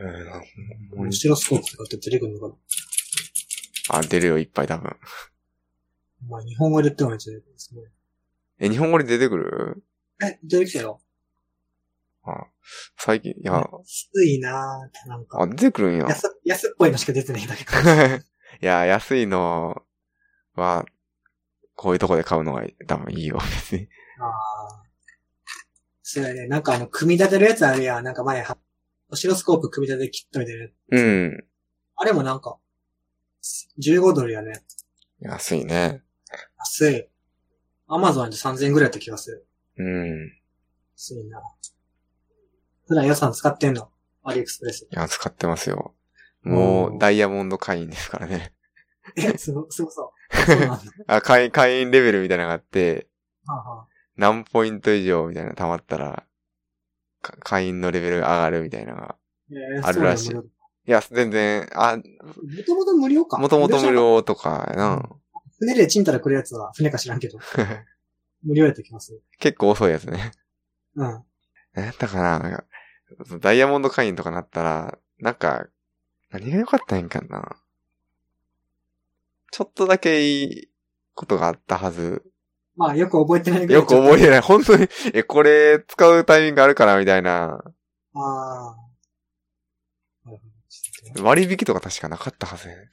Speaker 2: えーなんかほんまに
Speaker 1: 後ろスコープとかって出てくるのかな
Speaker 2: あ、出るよ、いっぱい多分。
Speaker 1: まあ、日本語で言ってもめっちゃ出てくるんですね。
Speaker 2: え、日本語で出てくる
Speaker 1: え、出てきたよ。
Speaker 2: あ最近、いや、
Speaker 1: 安いなぁ、なん
Speaker 2: あ、
Speaker 1: か。
Speaker 2: 出てくるんや。
Speaker 1: 安、安っぽいのしか出てないんだけ
Speaker 2: いや、安いのは、こういうとこで買うのが多分いいよ、別に。
Speaker 1: ど。ああ。そうやね。なんかあの、組み立てるやつあるやん。なんか前は、オシロスコープ組み立てキットみたいなやつ。
Speaker 2: うん。
Speaker 1: あれもなんか、15ドルやね。
Speaker 2: 安いね。
Speaker 1: 安い。アマゾンで3000円ぐらいだった気がする。
Speaker 2: うん。
Speaker 1: 安いな。普段予算使ってんのアリエクスプレ ス。
Speaker 2: いや、使ってますよ。も
Speaker 1: お
Speaker 2: う、
Speaker 1: ー
Speaker 2: ダイヤモンド会員ですからね。
Speaker 1: え、すご、すごそう。そうなんだ。
Speaker 2: あ、会員、会員レベルみたいなのがあって、
Speaker 1: はあはあ
Speaker 2: 何ポイント以上みたいなの溜まったら、か会員のレベルが上がるみたいなのが。
Speaker 1: えー
Speaker 2: あるらしい
Speaker 1: そうなんだ
Speaker 2: いや、全然、あ、
Speaker 1: 無料もともと無料か。
Speaker 2: もともと無
Speaker 1: じゃん。
Speaker 2: 料とかやな。
Speaker 1: 船でチンたら来るやつは船か知らん けど、無料やった気がする。
Speaker 2: 結構遅いやつね。
Speaker 1: うん。
Speaker 2: なんやったかななんか、そのダイヤモンド会員とかなったら、なんか、何が良かったんやんかな。ちょっとだけいいことがあったはず。
Speaker 1: まあ、よく覚えてないぐらい。
Speaker 2: よく覚えてない。本当に、え、これ使うタイミングあるかなみたいな。
Speaker 1: ああー。なるほど
Speaker 2: 割引とか確かなかったはずやね。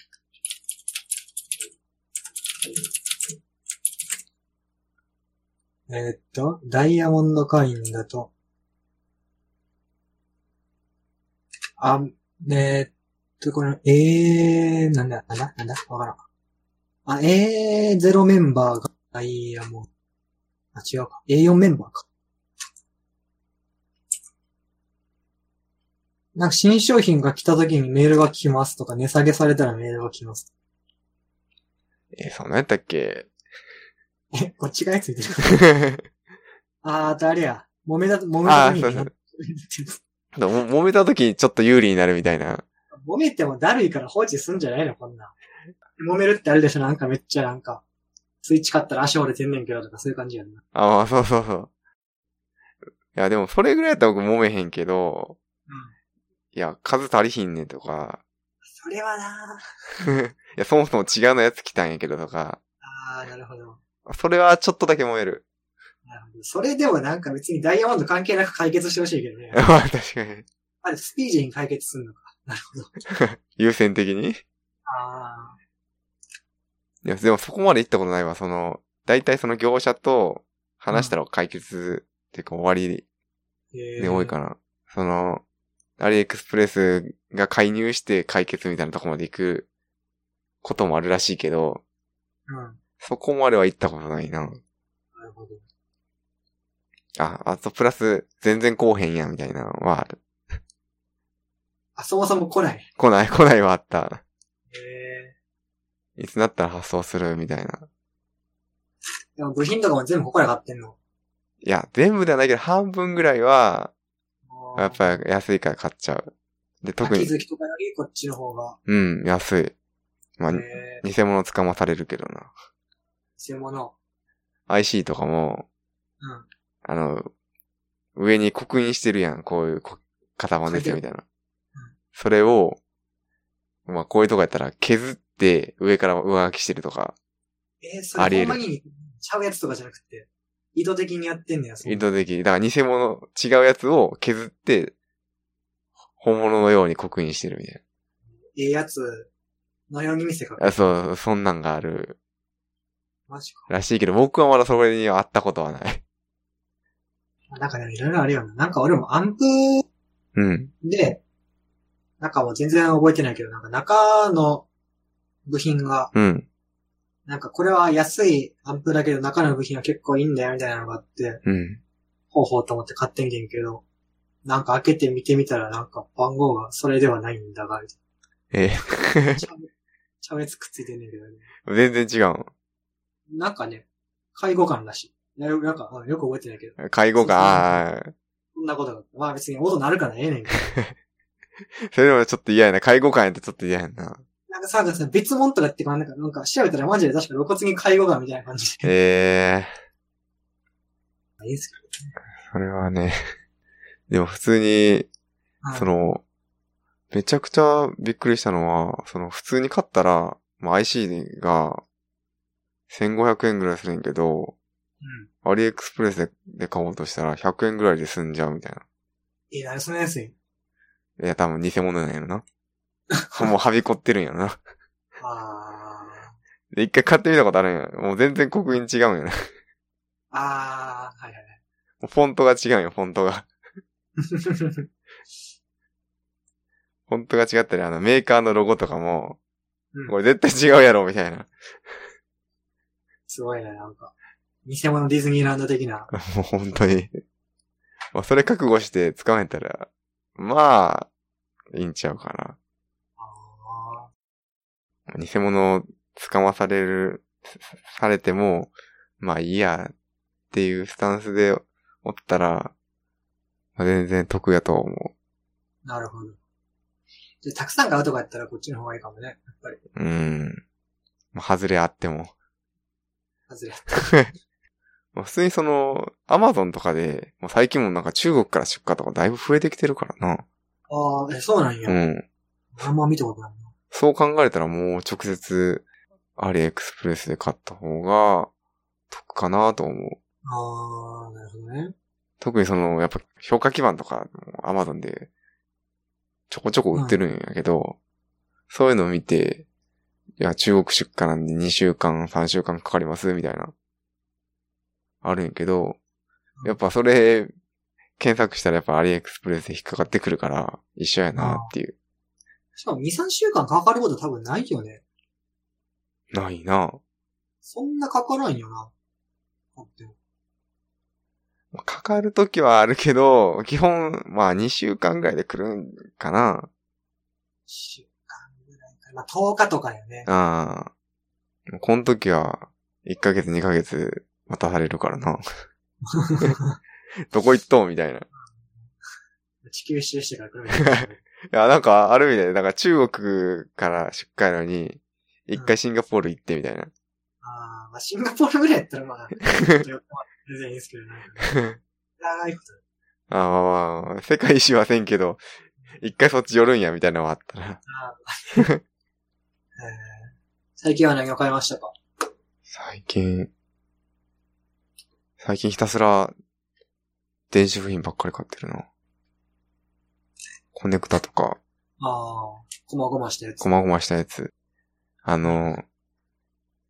Speaker 1: えーっと、ダイヤモンド会員だと、あ、えーっと、この、えー、なんだ、なんだ、なんだ、わからん。あ、えー、ゼロメンバーがダイヤモンド。あ、違うか。A4 メンバーか。なんか新商品が来た時にメールが来ますとか、値下げされたらメールが来ます。
Speaker 2: え、そんなんやったっけ
Speaker 1: え、こっち側についてる。あー、あとあれや。揉めだ、揉め
Speaker 2: あ
Speaker 1: だ
Speaker 2: あ、そ うそう。
Speaker 1: に。
Speaker 2: でも揉めた時にちょっと有利になるみたいな。
Speaker 1: 揉めてもだるいから放置すんじゃないのこんなん。揉めるってあるでしょなんかめっちゃなんか、スイッチ買ったら足折れてんねんけどとかそういう感じやんな。
Speaker 2: あ、まあ、そうそうそう。いや、でもそれぐらいやったら僕揉めへんけど、
Speaker 1: うん。
Speaker 2: いや、数足りひんねんとか、
Speaker 1: それはな
Speaker 2: うんいや、そもそも違うのやつ来たんやけどとか、
Speaker 1: あー、なるほど。
Speaker 2: それはちょっとだけ燃える。。
Speaker 1: なるほど。それでもなんか別にダイヤモンド関係なく解決してほしいけどね
Speaker 2: まあ確かに。
Speaker 1: あれ、スピーディーに解決すんのか。なるほど。
Speaker 2: 優先的に。い
Speaker 1: あ
Speaker 2: や、でもそこまで行ったことないわ。その、大体その業者と話したら解決っていうか終わり
Speaker 1: ー。え
Speaker 2: で多いかな。その、アリエクスプレスが介入して解決みたいなとこまで行くこともあるらしいけど、
Speaker 1: ら。うん。
Speaker 2: そこまでは行ったことないな。
Speaker 1: なるほど。
Speaker 2: あ、あとプラス全然来おへんやみたいなのはある。
Speaker 1: あ、そもそも来ない。
Speaker 2: 来ない来ないはあった。
Speaker 1: ええ
Speaker 2: いつになったら発送するみたいな。
Speaker 1: ー。でも部品とかも全部ここから買ってんの。
Speaker 2: いや、全部ではないけど、半分ぐらいは、
Speaker 1: あー
Speaker 2: やっぱり安いから買っちゃう。で、特
Speaker 1: 秋
Speaker 2: に、
Speaker 1: 月とかよりこっちの方が。
Speaker 2: うん、安い。まあ、
Speaker 1: え
Speaker 2: に
Speaker 1: え
Speaker 2: 偽物捕まされるけどな。
Speaker 1: ー。偽物。
Speaker 2: IC とかも、
Speaker 1: うん。
Speaker 2: あの、上に刻印してるやん、こういうこ型番ですよ、みたいな。それを、まあ、こういうとこやったら削って、上から上書きしてるとか、
Speaker 1: えー、それ
Speaker 2: あり
Speaker 1: ほ
Speaker 2: え
Speaker 1: ん
Speaker 2: る
Speaker 1: まにちゃうやつとかじゃなくて、意図的にやってんのや、そんな
Speaker 2: 意図的に。だから偽物、違うやつを削って、本物のように刻印してるみたい
Speaker 1: ええやつのように見せかけ
Speaker 2: な。あそう、そんなんがある
Speaker 1: マジか。
Speaker 2: らしいけど、僕はまだそれには会ったことはない。
Speaker 1: なんかね、いろいろあるよな。なんか俺もアンプ
Speaker 2: うん。
Speaker 1: で、なんかもう全然覚えてないけど、なんか中の部品が、
Speaker 2: うん。
Speaker 1: なんかこれは安いアンプだけど中の部品は結構いいんだよみたいなのがあって、
Speaker 2: うん。
Speaker 1: ほうほうと思って買ってんけんけど、なんか開けて見てみたらなんか番号がそれではないんだが、みたい
Speaker 2: え
Speaker 1: なちゃめちゃめつくっついてんねんけどね。
Speaker 2: え、全然違う
Speaker 1: なんかね、介護官らしい。いやよなんか、うんよく覚えてないけど、
Speaker 2: ん。介護か、あー
Speaker 1: そんなことが。まあ別に音鳴るからええねんけど。
Speaker 2: それでもちょっと嫌やな。介護官やったらちょっと嫌やな。
Speaker 1: なんかさ、なんかさ別物とかってか、なんか、なんか調べたらマジで確か露骨に介護官みたいな感じで。
Speaker 2: ええ
Speaker 1: いいんすけ
Speaker 2: それはね。でも普通に、
Speaker 1: ど。
Speaker 2: その、めちゃくちゃびっくりしたのは、その普通に買ったら、まあ、IC が1500円ぐらいするんやけど、
Speaker 1: うん。
Speaker 2: アリエクスプレスでで買おうとしたら100円ぐらいで済んじゃうみたいな。
Speaker 1: え、何そのやつい
Speaker 2: いや、多分偽物なんやろ な。もうはびこってるんやろな。
Speaker 1: あー。
Speaker 2: で、一回買ってみたことあるんや。もう全然刻印違うんやな。も
Speaker 1: あー、はいはいは
Speaker 2: う フォントが違うんよ、フォントが。
Speaker 1: い。
Speaker 2: フォントが違ったり、あの、メーカーのロゴとかも、
Speaker 1: うん
Speaker 2: これ絶対違うやろ、みたいな。
Speaker 1: すごいね、なんか。偽物ディズニーランド的な。
Speaker 2: もう本当に。まあ、それ覚悟して使われたら、まあ、いいんちゃうかな。
Speaker 1: あ
Speaker 2: 偽物を捕まされる、されても、まあいいやっていうスタンスでおったら、まあ、全然得やと思
Speaker 1: ー、なるほど。で、たくさん買うとかやったらこっちの方がいいかもね。やっぱり、
Speaker 2: う。うん。まあ、外れあっても。
Speaker 1: 外れ。
Speaker 2: まあ、普通にその、アマゾンとかで、もう最近もなんか中国から出荷とかだいぶ増えてきてるからな。
Speaker 1: あー、え、そうなんや。
Speaker 2: うん。
Speaker 1: あんま見たことないな。
Speaker 2: そう考えたらもう直接、アリエクスプレスで買った方が、得かなと思う。
Speaker 1: あー、なるほどね。
Speaker 2: 特にその、やっぱ評価基盤とか、アマゾンで、ちょこちょこ売ってるんやけど、そういうのを見て、いや、中国出荷なんで2週間、3週間かかります、みたいな。あるんやけど、やっぱそれ、検索したらやっぱアリエクスプレスで引っかかってくるから、一緒やなっていう。
Speaker 1: しかも2、3週間かかること多分ないよね。
Speaker 2: ないな
Speaker 1: そんなかからんよな。だって
Speaker 2: かかるときはあるけど、基本、まあ2週間ぐらいで来るんかな。
Speaker 1: 週間ぐらいか。まあ、10日とかよね。
Speaker 2: ああ。この時は、1ヶ月2ヶ月待たされるからな。どこ行っとうみたいな。い
Speaker 1: 地球一周してから来るみたいな。
Speaker 2: や、なんか、あるみたいで、なんか中国から出荷やのに、一回シンガポール行ってみたいな。
Speaker 1: あーまあ、シンガポールぐらいやったらまあ、ちょっと寄ってもらって全然いいんですけ どね。長いこと。
Speaker 2: ああ、まあまあまあ、世界一周はせんけど、一回そっち寄るんや、みたいなのはあったら。
Speaker 1: えー最近は何を買いましたか
Speaker 2: 最近、最近ひたすら、電子部品ばっかり買ってるな。コネクタとか、
Speaker 1: ああ、こまごましたやつ。
Speaker 2: こまごましたやつ。あの、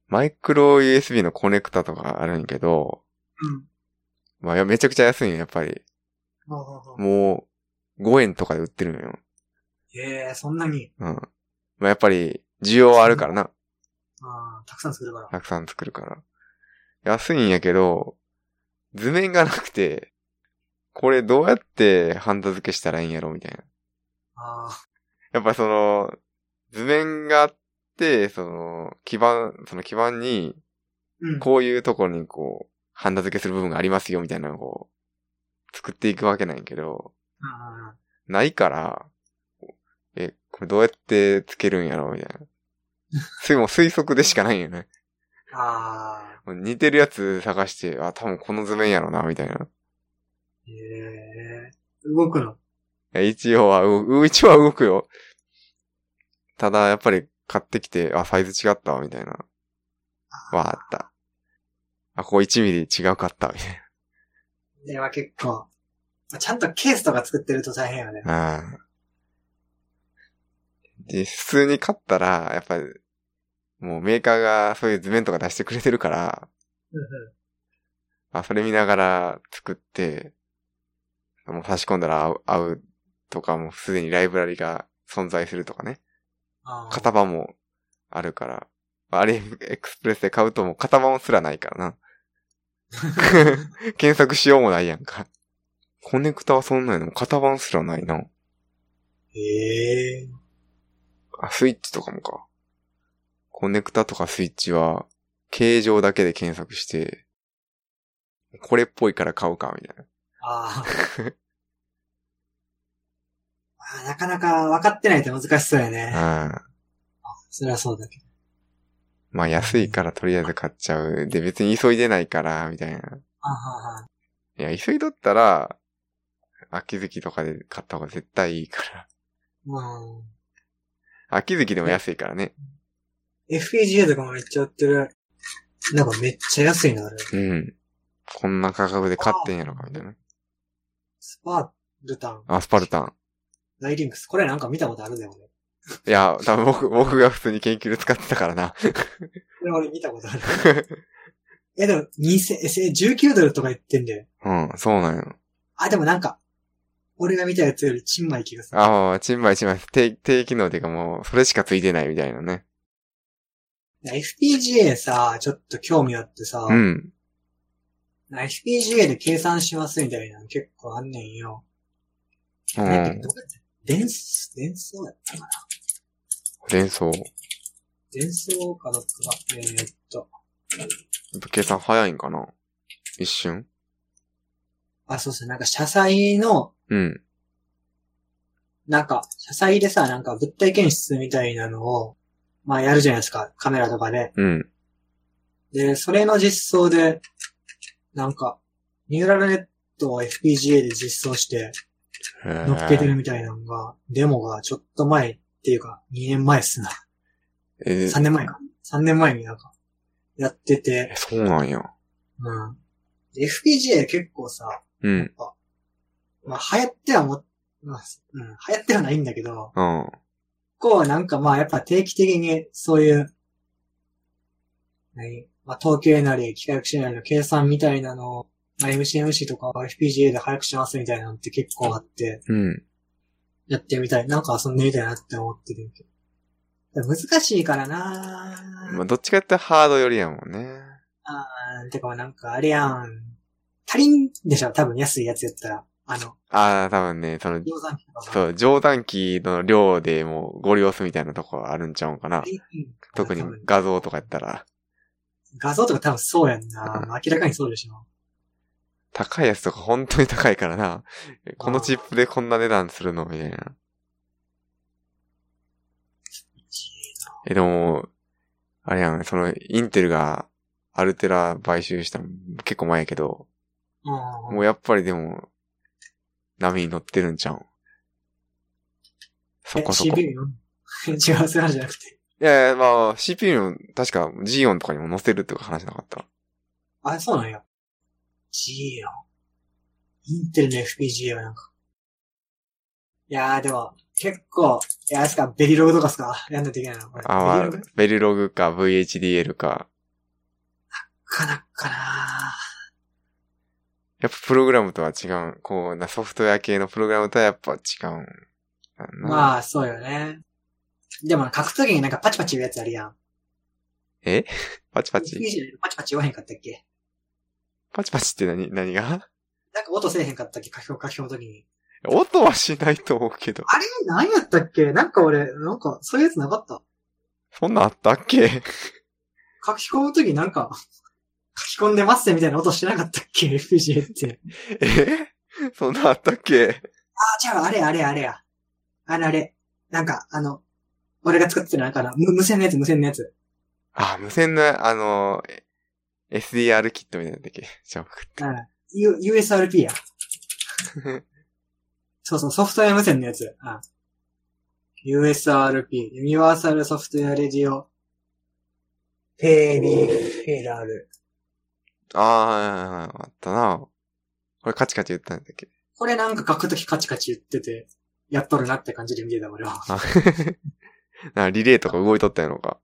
Speaker 2: マイクロ USB のコネクタとかあるんやけど、
Speaker 1: うん。
Speaker 2: まあいや、めちゃくちゃ安いんよ、やっぱり。
Speaker 1: あー
Speaker 2: もう、5円とかで売ってるんよ。
Speaker 1: ええー、そんなに、
Speaker 2: うん。まあやっぱり、需要はあるからな。
Speaker 1: あーたくさん作るから。
Speaker 2: たくさん作るから。安いんやけど、図面がなくて、これどうやってハンダ付けしたらいいんやろ、みたいな。
Speaker 1: ああ、
Speaker 2: やっぱその、図面があって、その、基板、その基板に、
Speaker 1: うん。
Speaker 2: こういうところにこう、ハンダ付けする部分がありますよ、みたいなのをこう、作っていくわけなんやけど、
Speaker 1: うんうんうん
Speaker 2: ないから、え、これどうやってつけるんやろみたいな。 それもう推測でしかないよね。
Speaker 1: ああ、
Speaker 2: もう似てるやつ探して、あ、多分この図面やろな、みたいな。
Speaker 1: ええー、動くの。
Speaker 2: え一応は動く、一応は動くよ。ただ、やっぱり買ってきて、あ、サイズ違ったわ、みたいな。はあった。あ、ここ1ミリ違うかった、みたいな。
Speaker 1: では結構、まあちゃんとケースとか作ってると大変よね。
Speaker 2: うん。で、普通に買ったら、やっぱり、もうメーカーがそういう図面とか出してくれてるから、
Speaker 1: うんうん。
Speaker 2: あ、それ見ながら作って、もう差し込んだら合う合うとか、もうすでにライブラリが存在するとかね。
Speaker 1: あー
Speaker 2: 型番もあるから。アリエクスプレスで買うともう型番すらな いからな。検索しようもないやんか。コネクタはそんなんやの型番すらないな。
Speaker 1: ええー。
Speaker 2: あ、スイッチとかもか。コネクタとかスイッチは、形状だけで検索して、これっぽいから買うか、みたいな。
Speaker 1: あ ーあー。なかなか分かってないと難しそうやね。
Speaker 2: ああ。
Speaker 1: そりゃそうだけど。
Speaker 2: まあ安いからとりあえず買っちゃう。で、別に急いでないから、みたいな。
Speaker 1: あははい
Speaker 2: や、急いどったら、秋月とかで買った方が絶対いいから。
Speaker 1: は。
Speaker 2: 秋月でも安いからね。
Speaker 1: うん。FPGA とかもめっちゃ売ってる。なんかめっちゃ安いな、あれ。
Speaker 2: うん。こんな価格で買ってんやろか、みたいな。
Speaker 1: スパールタン、
Speaker 2: アスパルタン。
Speaker 1: ダイリンクス。これなんか見たことあるでもね。
Speaker 2: いや、多分僕、僕が普通に研究で使ってたからな。
Speaker 1: これ俺見たことある。え、でも、2000、え、19ドルとか言ってんだよ。
Speaker 2: うん、そうなんよ。
Speaker 1: あ、でもなんか、俺が見たやつよりちんまい気がする。
Speaker 2: ああ、チンマイチンマイ。低、低機能っていうかもう、それしかついてないみたいなね。
Speaker 1: FPGA さ、ちょっと興味あってさ、
Speaker 2: うん。
Speaker 1: FPGA で計算しますみたいなの結構あんねんよ。
Speaker 2: う
Speaker 1: なんか
Speaker 2: ん。
Speaker 1: どうやって伝送、伝送やったかな
Speaker 2: 連想。や
Speaker 1: 伝送かどっかが、えーっと、
Speaker 2: っぱ計算早いんかな一瞬
Speaker 1: あ、そうそう、なんか車載の、
Speaker 2: うん。
Speaker 1: なんか、車載でさ、なんか物体検出みたいなのを、まあやるじゃないですか、カメラとかで。
Speaker 2: うん。
Speaker 1: で、それの実装で、なんか、ニューラルネットを FPGA で実装して、
Speaker 2: へー
Speaker 1: 乗っけてるみたいなのが、デモがちょっと前っていうか、2年前っすな。
Speaker 2: え
Speaker 1: 3年前か。3年前になんか、やって
Speaker 2: え
Speaker 1: て、
Speaker 2: そうなんや。
Speaker 1: うん。で FPGA 結構さ、
Speaker 2: うん。
Speaker 1: まあ流行ってはも、まあ、うん、流行ってはないんだけど、
Speaker 2: うん。
Speaker 1: こうなんかまあやっぱ定期的にそういう、何まあ統計なり機械学習なりの計算みたいなのを、まあ MCMC とか FPGA で早くしますみたいなのって結構あって、
Speaker 2: うん。
Speaker 1: やってみたい。なんか遊んでみたいなって思ってるけど。でも難しいからなぁ。
Speaker 2: まあ、どっちかってハードよりやもんね。
Speaker 1: あーてかなんかあれやん。足りんでしょ多分安いやつやったら。あの、
Speaker 2: ああ、多分ね、その、
Speaker 1: 量産機とかさ。
Speaker 2: そう、上段機の量でもうご利用すみたいなとこあるんちゃうんかな
Speaker 1: 足。りん
Speaker 2: 特に
Speaker 1: 多分
Speaker 2: 画像とかやったら、
Speaker 1: 画像とか多分そうやんな。明らかにそうでしょ。
Speaker 2: 高いやつとか本当に高いからな。このチップでこんな値段するのみたいな。え、でも、あれやん、その、インテルがアルテラ買収したの結構前やけど、
Speaker 1: うん。
Speaker 2: もうやっぱりでも、波に乗ってるんちゃうん。そこそこ。
Speaker 1: え
Speaker 2: い
Speaker 1: CPU よ 違う、そうなんじゃなくて。
Speaker 2: やいや、まあ、CPU の確か G 音とかにも載せるとか話なかった。
Speaker 1: あ、そうなんや。G よ。インテルの FPGA はなんか。いやー、でも、結構、いや、あれっすか、ベリログとかっすかやんないといけないな。これ
Speaker 2: あ、ま
Speaker 1: ベ
Speaker 2: あ
Speaker 1: リログ、
Speaker 2: ベルログか VHDL か。
Speaker 1: かなっかな
Speaker 2: やっぱプログラムとは違う。こうな、ソフトウェア系のプログラムとはやっぱ違うんだな。
Speaker 1: まあ、そうよね。でも、書くときになんかパチパチ言うやつあるやん。
Speaker 2: パチパチ。
Speaker 1: FPGA パチパチ言わへんかったっけ
Speaker 2: パチパチって何何が
Speaker 1: なんか音せえへんかったっけ書き込む、書き込むときに。
Speaker 2: 音はしないと思うけど。
Speaker 1: あれ何やったっけなんか俺、なんか、そういうやつなかった。
Speaker 2: そんなんあったっけ
Speaker 1: 書き込むときなんか、書き込んでますってみたいな音してなかったっけ ?FPGA って。
Speaker 2: え そんなんあったっけ
Speaker 1: あ、違う、あれやあれやあれや。あれあれ。なんか、あの、俺が作ってるなんかな、無無線のやつ、無線のやつ。
Speaker 2: あ、無線の、あの、え SDR キットみたいなんだっけじゃあ送って。
Speaker 1: うん。U、USRP や。そうそう、ソフトウェア無線のやつ。うん。USRP、ユニバーサルソフトウェアレディオ、ペリフェラル。
Speaker 2: あー、あったな。これカチカチ言ったんだっけ
Speaker 1: これなんか書くときカチカチ言ってて、やっとるなって感じで見てた俺は。
Speaker 2: あ なリレーとか動いとったんやろうか。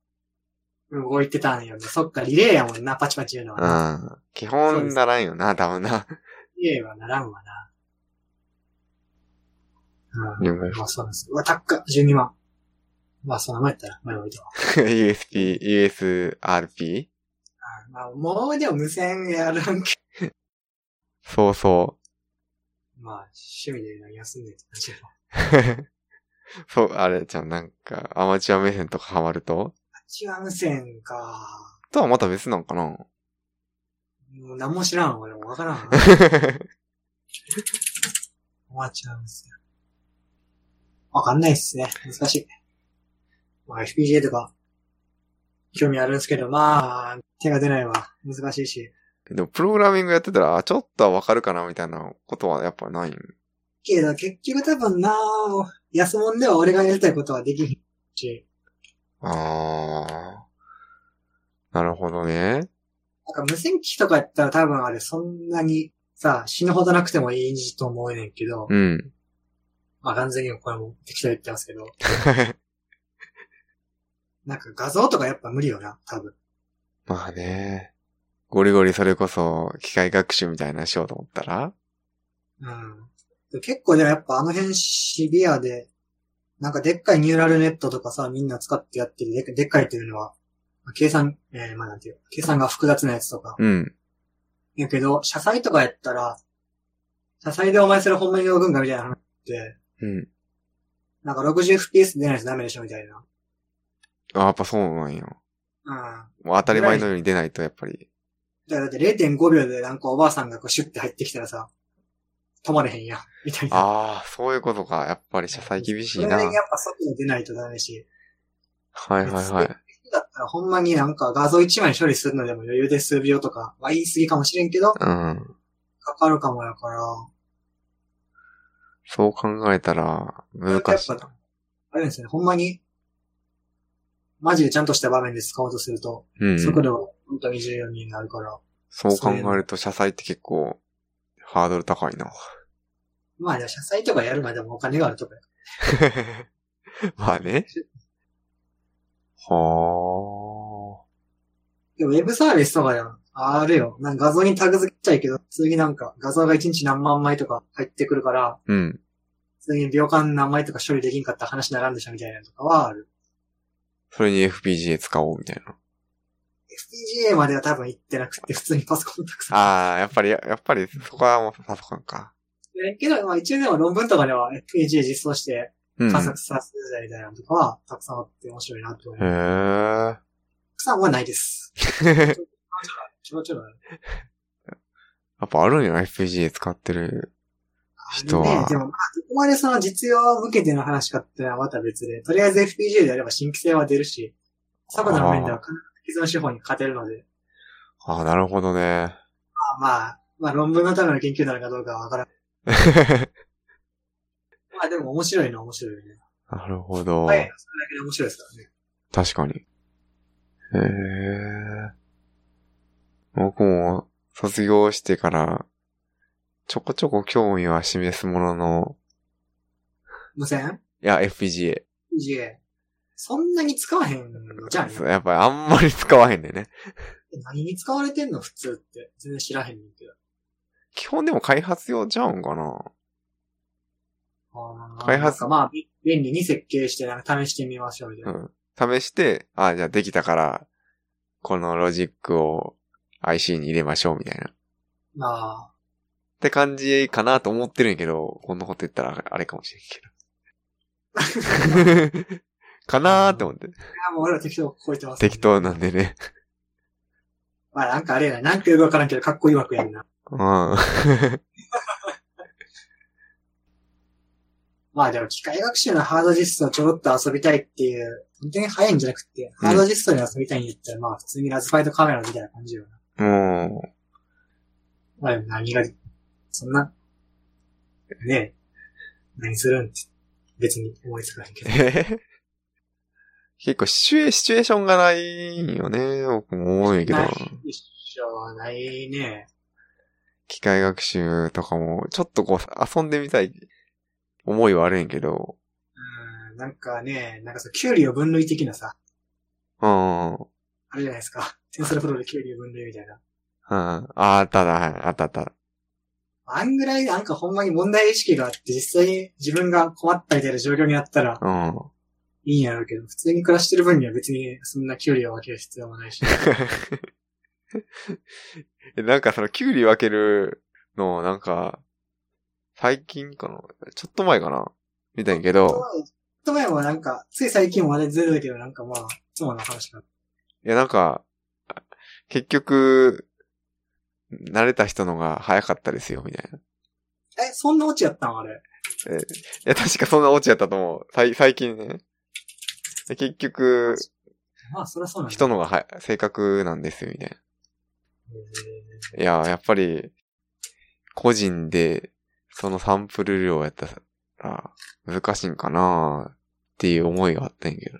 Speaker 1: 動いてたんよね。そっか、リレーやもんな、パチパチ言うのはな。
Speaker 2: うん。基本ならんよな、多分な。
Speaker 1: リレーはならんわな。うん。まあそうなんです。うわ、たっか、12万。まあその前やったら、前置いたわ。
Speaker 2: USB、USRP?
Speaker 1: まあもうでも無線やるんけ。
Speaker 2: そう そ
Speaker 1: まあ、趣味で何休んでって感じやわ
Speaker 2: う。そう、あれじゃん、なんか、アマチュア目線とかハマると
Speaker 1: アマチュア無線か。
Speaker 2: とはまた別なんかな
Speaker 1: もう何も知らん、俺もわから ん。アマチュア無線。わかんないっすね。難しい。まあ FPGA とか、興味あるんですけど、まあ、手が出ないわ。難しいし。
Speaker 2: でも、プログラミングやってたら、あちょっとはわかるかな、みたいなことはやっぱないん。
Speaker 1: けど結局多分な、安物では俺がやりたいことはできひんし。
Speaker 2: あー。なるほど
Speaker 1: な
Speaker 2: ね。
Speaker 1: んか無線機とかやったら多分あれそんなにさ、死ぬほどなくてもいいと思うねんけど、
Speaker 2: うん。
Speaker 1: まあ完全にこれも適当に言ってますけど、なんか画像とかやっぱ無理よな、多分。
Speaker 2: まあね。ゴリゴリそれこそ機械学習みたいなのしようと思ったら
Speaker 1: うん。で結構でもやっぱあの辺シビアで、なんかでっかいニューラルネットとかさ、みんな使ってやってる、ででっかいっていうのは、まあ計算、えー、まあなんていう、計算が複雑なやつとか。
Speaker 2: うん。
Speaker 1: やけど、車載とかやったら、車載でお前それほんまに動くんかみたいな話って、
Speaker 2: うん。
Speaker 1: なんか 60fps 出ないとダメでしょみたいな。
Speaker 2: あ、やっぱそうなんや。
Speaker 1: うん。
Speaker 2: もう当たり前のように出ないとやっぱり。
Speaker 1: だからだって0.5秒でなんかおばあさんがこうシュッて入ってきたらさ、止まれへんやん、みたいな。
Speaker 2: ああ、そういうことか。やっぱり車載厳しいな。
Speaker 1: そ
Speaker 2: は
Speaker 1: れ
Speaker 2: い
Speaker 1: にやっぱ速度出ないとダメし、
Speaker 2: はいはい。
Speaker 1: だったらほんまになんか画像1枚処理するのでも余裕で数秒とか、まあ言い過ぎかもしれんけど、
Speaker 2: うん。
Speaker 1: かかるかもやから、
Speaker 2: そう考えたら、難しい
Speaker 1: やっ
Speaker 2: な。
Speaker 1: あれですよね、ほんまに、マジでちゃんとした場面で使おうとすると、
Speaker 2: うん。
Speaker 1: 速度が本当に重要になるから、
Speaker 2: そう考えると車載って結構、ハードル高いな。
Speaker 1: まあでも車載とかやるまでもお金があるとかや、
Speaker 2: まあね。は
Speaker 1: でもウェブサービスとかでもあるよ。なんか画像にタグ付けちゃいいけど、次なんか画像が1日何万枚とか入ってくるから、
Speaker 2: あ。うん。
Speaker 1: 普通に秒間何枚とか処理できんかったら話ならんでしょみたいなのとかはある。
Speaker 2: それに FPGA 使おうみたいな。
Speaker 1: FPGA までは多分行ってなくて、普通にパソコンたくさん。
Speaker 2: ああ、やっぱり、やっぱり、そこはもうパソコンか。
Speaker 1: えけど、まあ一応でも論文とかでは FPGA 実装して
Speaker 2: うん。
Speaker 1: 観
Speaker 2: へ
Speaker 1: 察させたりみたいなのとかはたくさんあって面白いなと思う。たく
Speaker 2: え。
Speaker 1: さんはないです。
Speaker 2: や
Speaker 1: ちょろちょろある。
Speaker 2: っぱあるんや、FPGA 使ってる人
Speaker 1: ね
Speaker 2: は。
Speaker 1: でもまあ、どこまでその実用向けての話かってのはまた別で、とりあえず FPGA であれば新規性は出るし、サバの面では必ず既存手法に勝てるので、
Speaker 2: ああ、なるほどね。
Speaker 1: まあまあ、まあ論文のための研究なのかどうかはわからん。まあでも面白いのは面白いよね。
Speaker 2: なるほど。
Speaker 1: はい。それだけで面白いですからね。
Speaker 2: 確かに。へえ。僕も卒業してから、ちょこちょこ興味は示すものの、
Speaker 1: 無線
Speaker 2: いや、FPGA。
Speaker 1: ?PGA。そんなに使わへんのじゃん。
Speaker 2: そうやっぱりあんまり使わへんねん ね。
Speaker 1: 何に使われてんの普通って。全然知らへんねんけど。
Speaker 2: 基本でも開発用ちゃうんかな
Speaker 1: あー
Speaker 2: 開発
Speaker 1: なんかまあ、び便利に設計して、なんか試してみましょうみたいな。
Speaker 2: うん。試して、あ、じゃあできたから、このロジックを IC に入れましょうみたいな。っ
Speaker 1: まあ、
Speaker 2: て感じかなと思ってるんやけど、こんなこと言ったらあれかもしれんけど。 かなーって思って。
Speaker 1: いやもう俺ら適当超えてます、
Speaker 2: 適。当なんでね。
Speaker 1: まあなんかあれやな。なんていうかわからんけど、かっこいい枠やんな。
Speaker 2: うん。
Speaker 1: まあでも機械学習のハード実装ちょろっと遊びたいっていう、本当に早いんじゃなくて、ハード実装で遊びたいんだったら、まあ普通にラズパイとカメラみたいな感じよな。
Speaker 2: も
Speaker 1: まあでも何が、そんな、ねえ、何するんって、別に思いつか へんけ
Speaker 2: う、
Speaker 1: ど。
Speaker 2: 結構シチュエ、シチュエーションがないんよね。僕も思うんやけど
Speaker 1: な。いでしょうないね。
Speaker 2: 機械学習とかも、ちょっとこう、遊んでみたい思いはあるんやけど。
Speaker 1: うん、なんかね、なんかそう、給料分類的なさ、
Speaker 2: うん。うん。
Speaker 1: あれじゃないですか。テンソルプロで給料分類みたいな。
Speaker 2: ああったな、はいあったあった。
Speaker 1: あんぐらいなんかほんまに問題意識があって、実際に自分が困ったみたいな状況になったら
Speaker 2: うん。
Speaker 1: いいんやろうけど、普通に暮らしてる分には別にそんな給料を分ける必要もないし。
Speaker 2: えなんかその、キュウリ分けるの、なんか、最近かなちょっと前かなみたいやけ
Speaker 1: ちょ
Speaker 2: ど。
Speaker 1: っと前もなんか、つい最近もあれずれだけど、なんかまあ、いつもの話かな。
Speaker 2: いや、なんか、結局、慣れた人のが早かったですよ、みたいな。い
Speaker 1: え、そんなオチやったんあれ。
Speaker 2: や、確かそんなオチやったと思う。さい最近ね。で結局、
Speaker 1: まあ、そりゃそうなんだ。
Speaker 2: 人のがは正確なんですよ、みたい
Speaker 1: えー
Speaker 2: な。いや、やっぱり、個人で、そのサンプル量やったら、難しいんかなっていう思いがあったんやけど。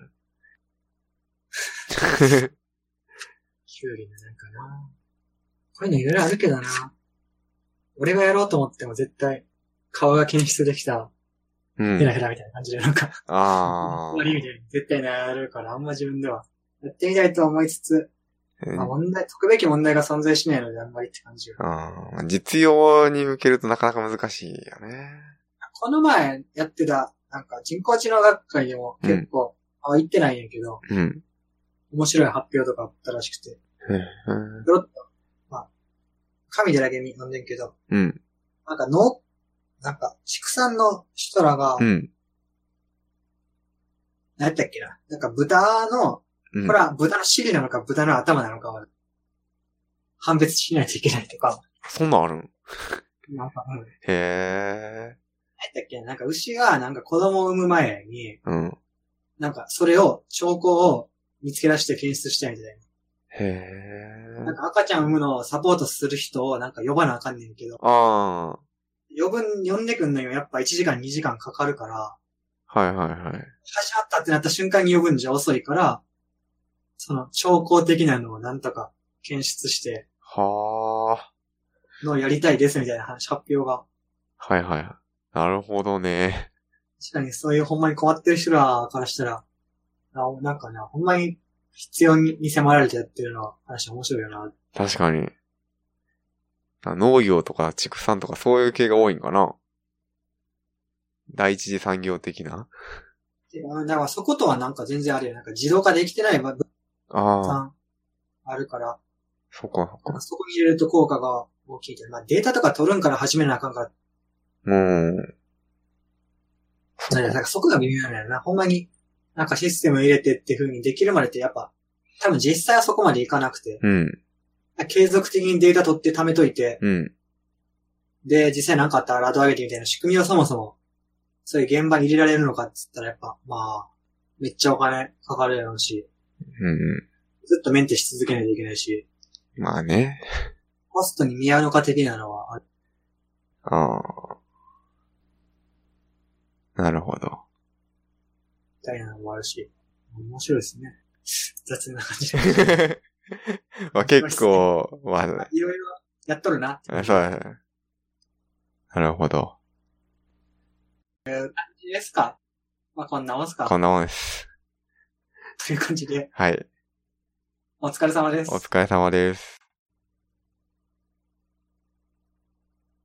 Speaker 1: キュウリのなんかな。こういうのいろいろあるけどな。俺がやろうと思っても絶対、顔が検出できた、
Speaker 2: う
Speaker 1: ヘラ
Speaker 2: ん。
Speaker 1: ヘラみたいな感じで、なんか、
Speaker 2: あ
Speaker 1: 悪いみたいに絶対なるから、あんま自分では、やってみたいと思いつつ、
Speaker 2: ーうん
Speaker 1: まあ、問題、解くべき問題が存在しないので、あんまりって感じが。
Speaker 2: あー。実用に向けるとなかなか難しいよね。
Speaker 1: この前やってた、なんか人工知能学会でも結構、あ、言ってないんやけど、
Speaker 2: うん。
Speaker 1: 面白い発表とかあったらしくて、
Speaker 2: うん
Speaker 1: 神でだけになんねんけど、
Speaker 2: うん。
Speaker 1: なんか脳、なんか畜産の人らが、
Speaker 2: うん。
Speaker 1: 何やったっけな、なんか豚の、
Speaker 2: うん
Speaker 1: これは豚の尻なのか豚の頭なのかは、判別しないといけないとか、
Speaker 2: そんなんあるん
Speaker 1: なんか、うん何やっ
Speaker 2: へえ。
Speaker 1: たっけな、なんか牛がなんか子供を産む前に、
Speaker 2: うん。
Speaker 1: なんかそれを、兆候を見つけ出して検出したいみたいな。
Speaker 2: へ
Speaker 1: なん
Speaker 2: え。
Speaker 1: か赤ちゃん産むのをサポートする人をなんか呼ばなあかんねんけど、
Speaker 2: ああ。
Speaker 1: 呼ぶん、呼んでくんのよ。やっぱ1時間2時間かかるから、
Speaker 2: はいはいはい。
Speaker 1: 始まったってなった瞬間に呼ぶんじゃ遅いから、その、兆候的なのをなんとか検出して、
Speaker 2: はあ。
Speaker 1: のをやりたいですみたいな話、発表が。
Speaker 2: はいはい。なるほどね。
Speaker 1: 確かにそういうほんまに困ってる人らからしたら、あなんかね、ほんまに必要に迫られてやってるのは話面白いよな。
Speaker 2: 確かに。あ農業とか畜産とかそういう系が多いんかな第一次産業的な
Speaker 1: でうんだからそことはなんか全然あるよ。なんか自動化できてない部
Speaker 2: ああ、
Speaker 1: 分あるから、
Speaker 2: そっかそっか。
Speaker 1: そこに入れると効果が大きいけど、まあデータとか取るんから始めなあかんから、
Speaker 2: うん。
Speaker 1: なんかなんかそこが微妙なんやろな。ほんまに、なんかシステム入れてって風にできるまでってやっぱ、多分実際はそこまでいかなくて、
Speaker 2: うん、
Speaker 1: 継続的にデータ取って貯めといて、
Speaker 2: うん、
Speaker 1: で、実際なんかあったらラド上げてみたいな仕組みをそもそも、そういう現場に入れられるのかって言ったらやっぱ、まあ、めっちゃお金かかるやろうし、
Speaker 2: う
Speaker 1: ずっとメンテし続けないといけないし、
Speaker 2: ん。まあね。
Speaker 1: コストに見合うのか的なのはある、
Speaker 2: ああ。なるほど。
Speaker 1: みたいなのもあるし、面白いですね。雑な感じで。
Speaker 2: まあ結構、まあ、
Speaker 1: いろいろやっとるなって。
Speaker 2: そうだね。なるほど。
Speaker 1: いいですかまあ、こんなもんすか
Speaker 2: こんなもんです。
Speaker 1: という感じで、
Speaker 2: はい。
Speaker 1: お疲れ様です
Speaker 2: お。疲れ様です。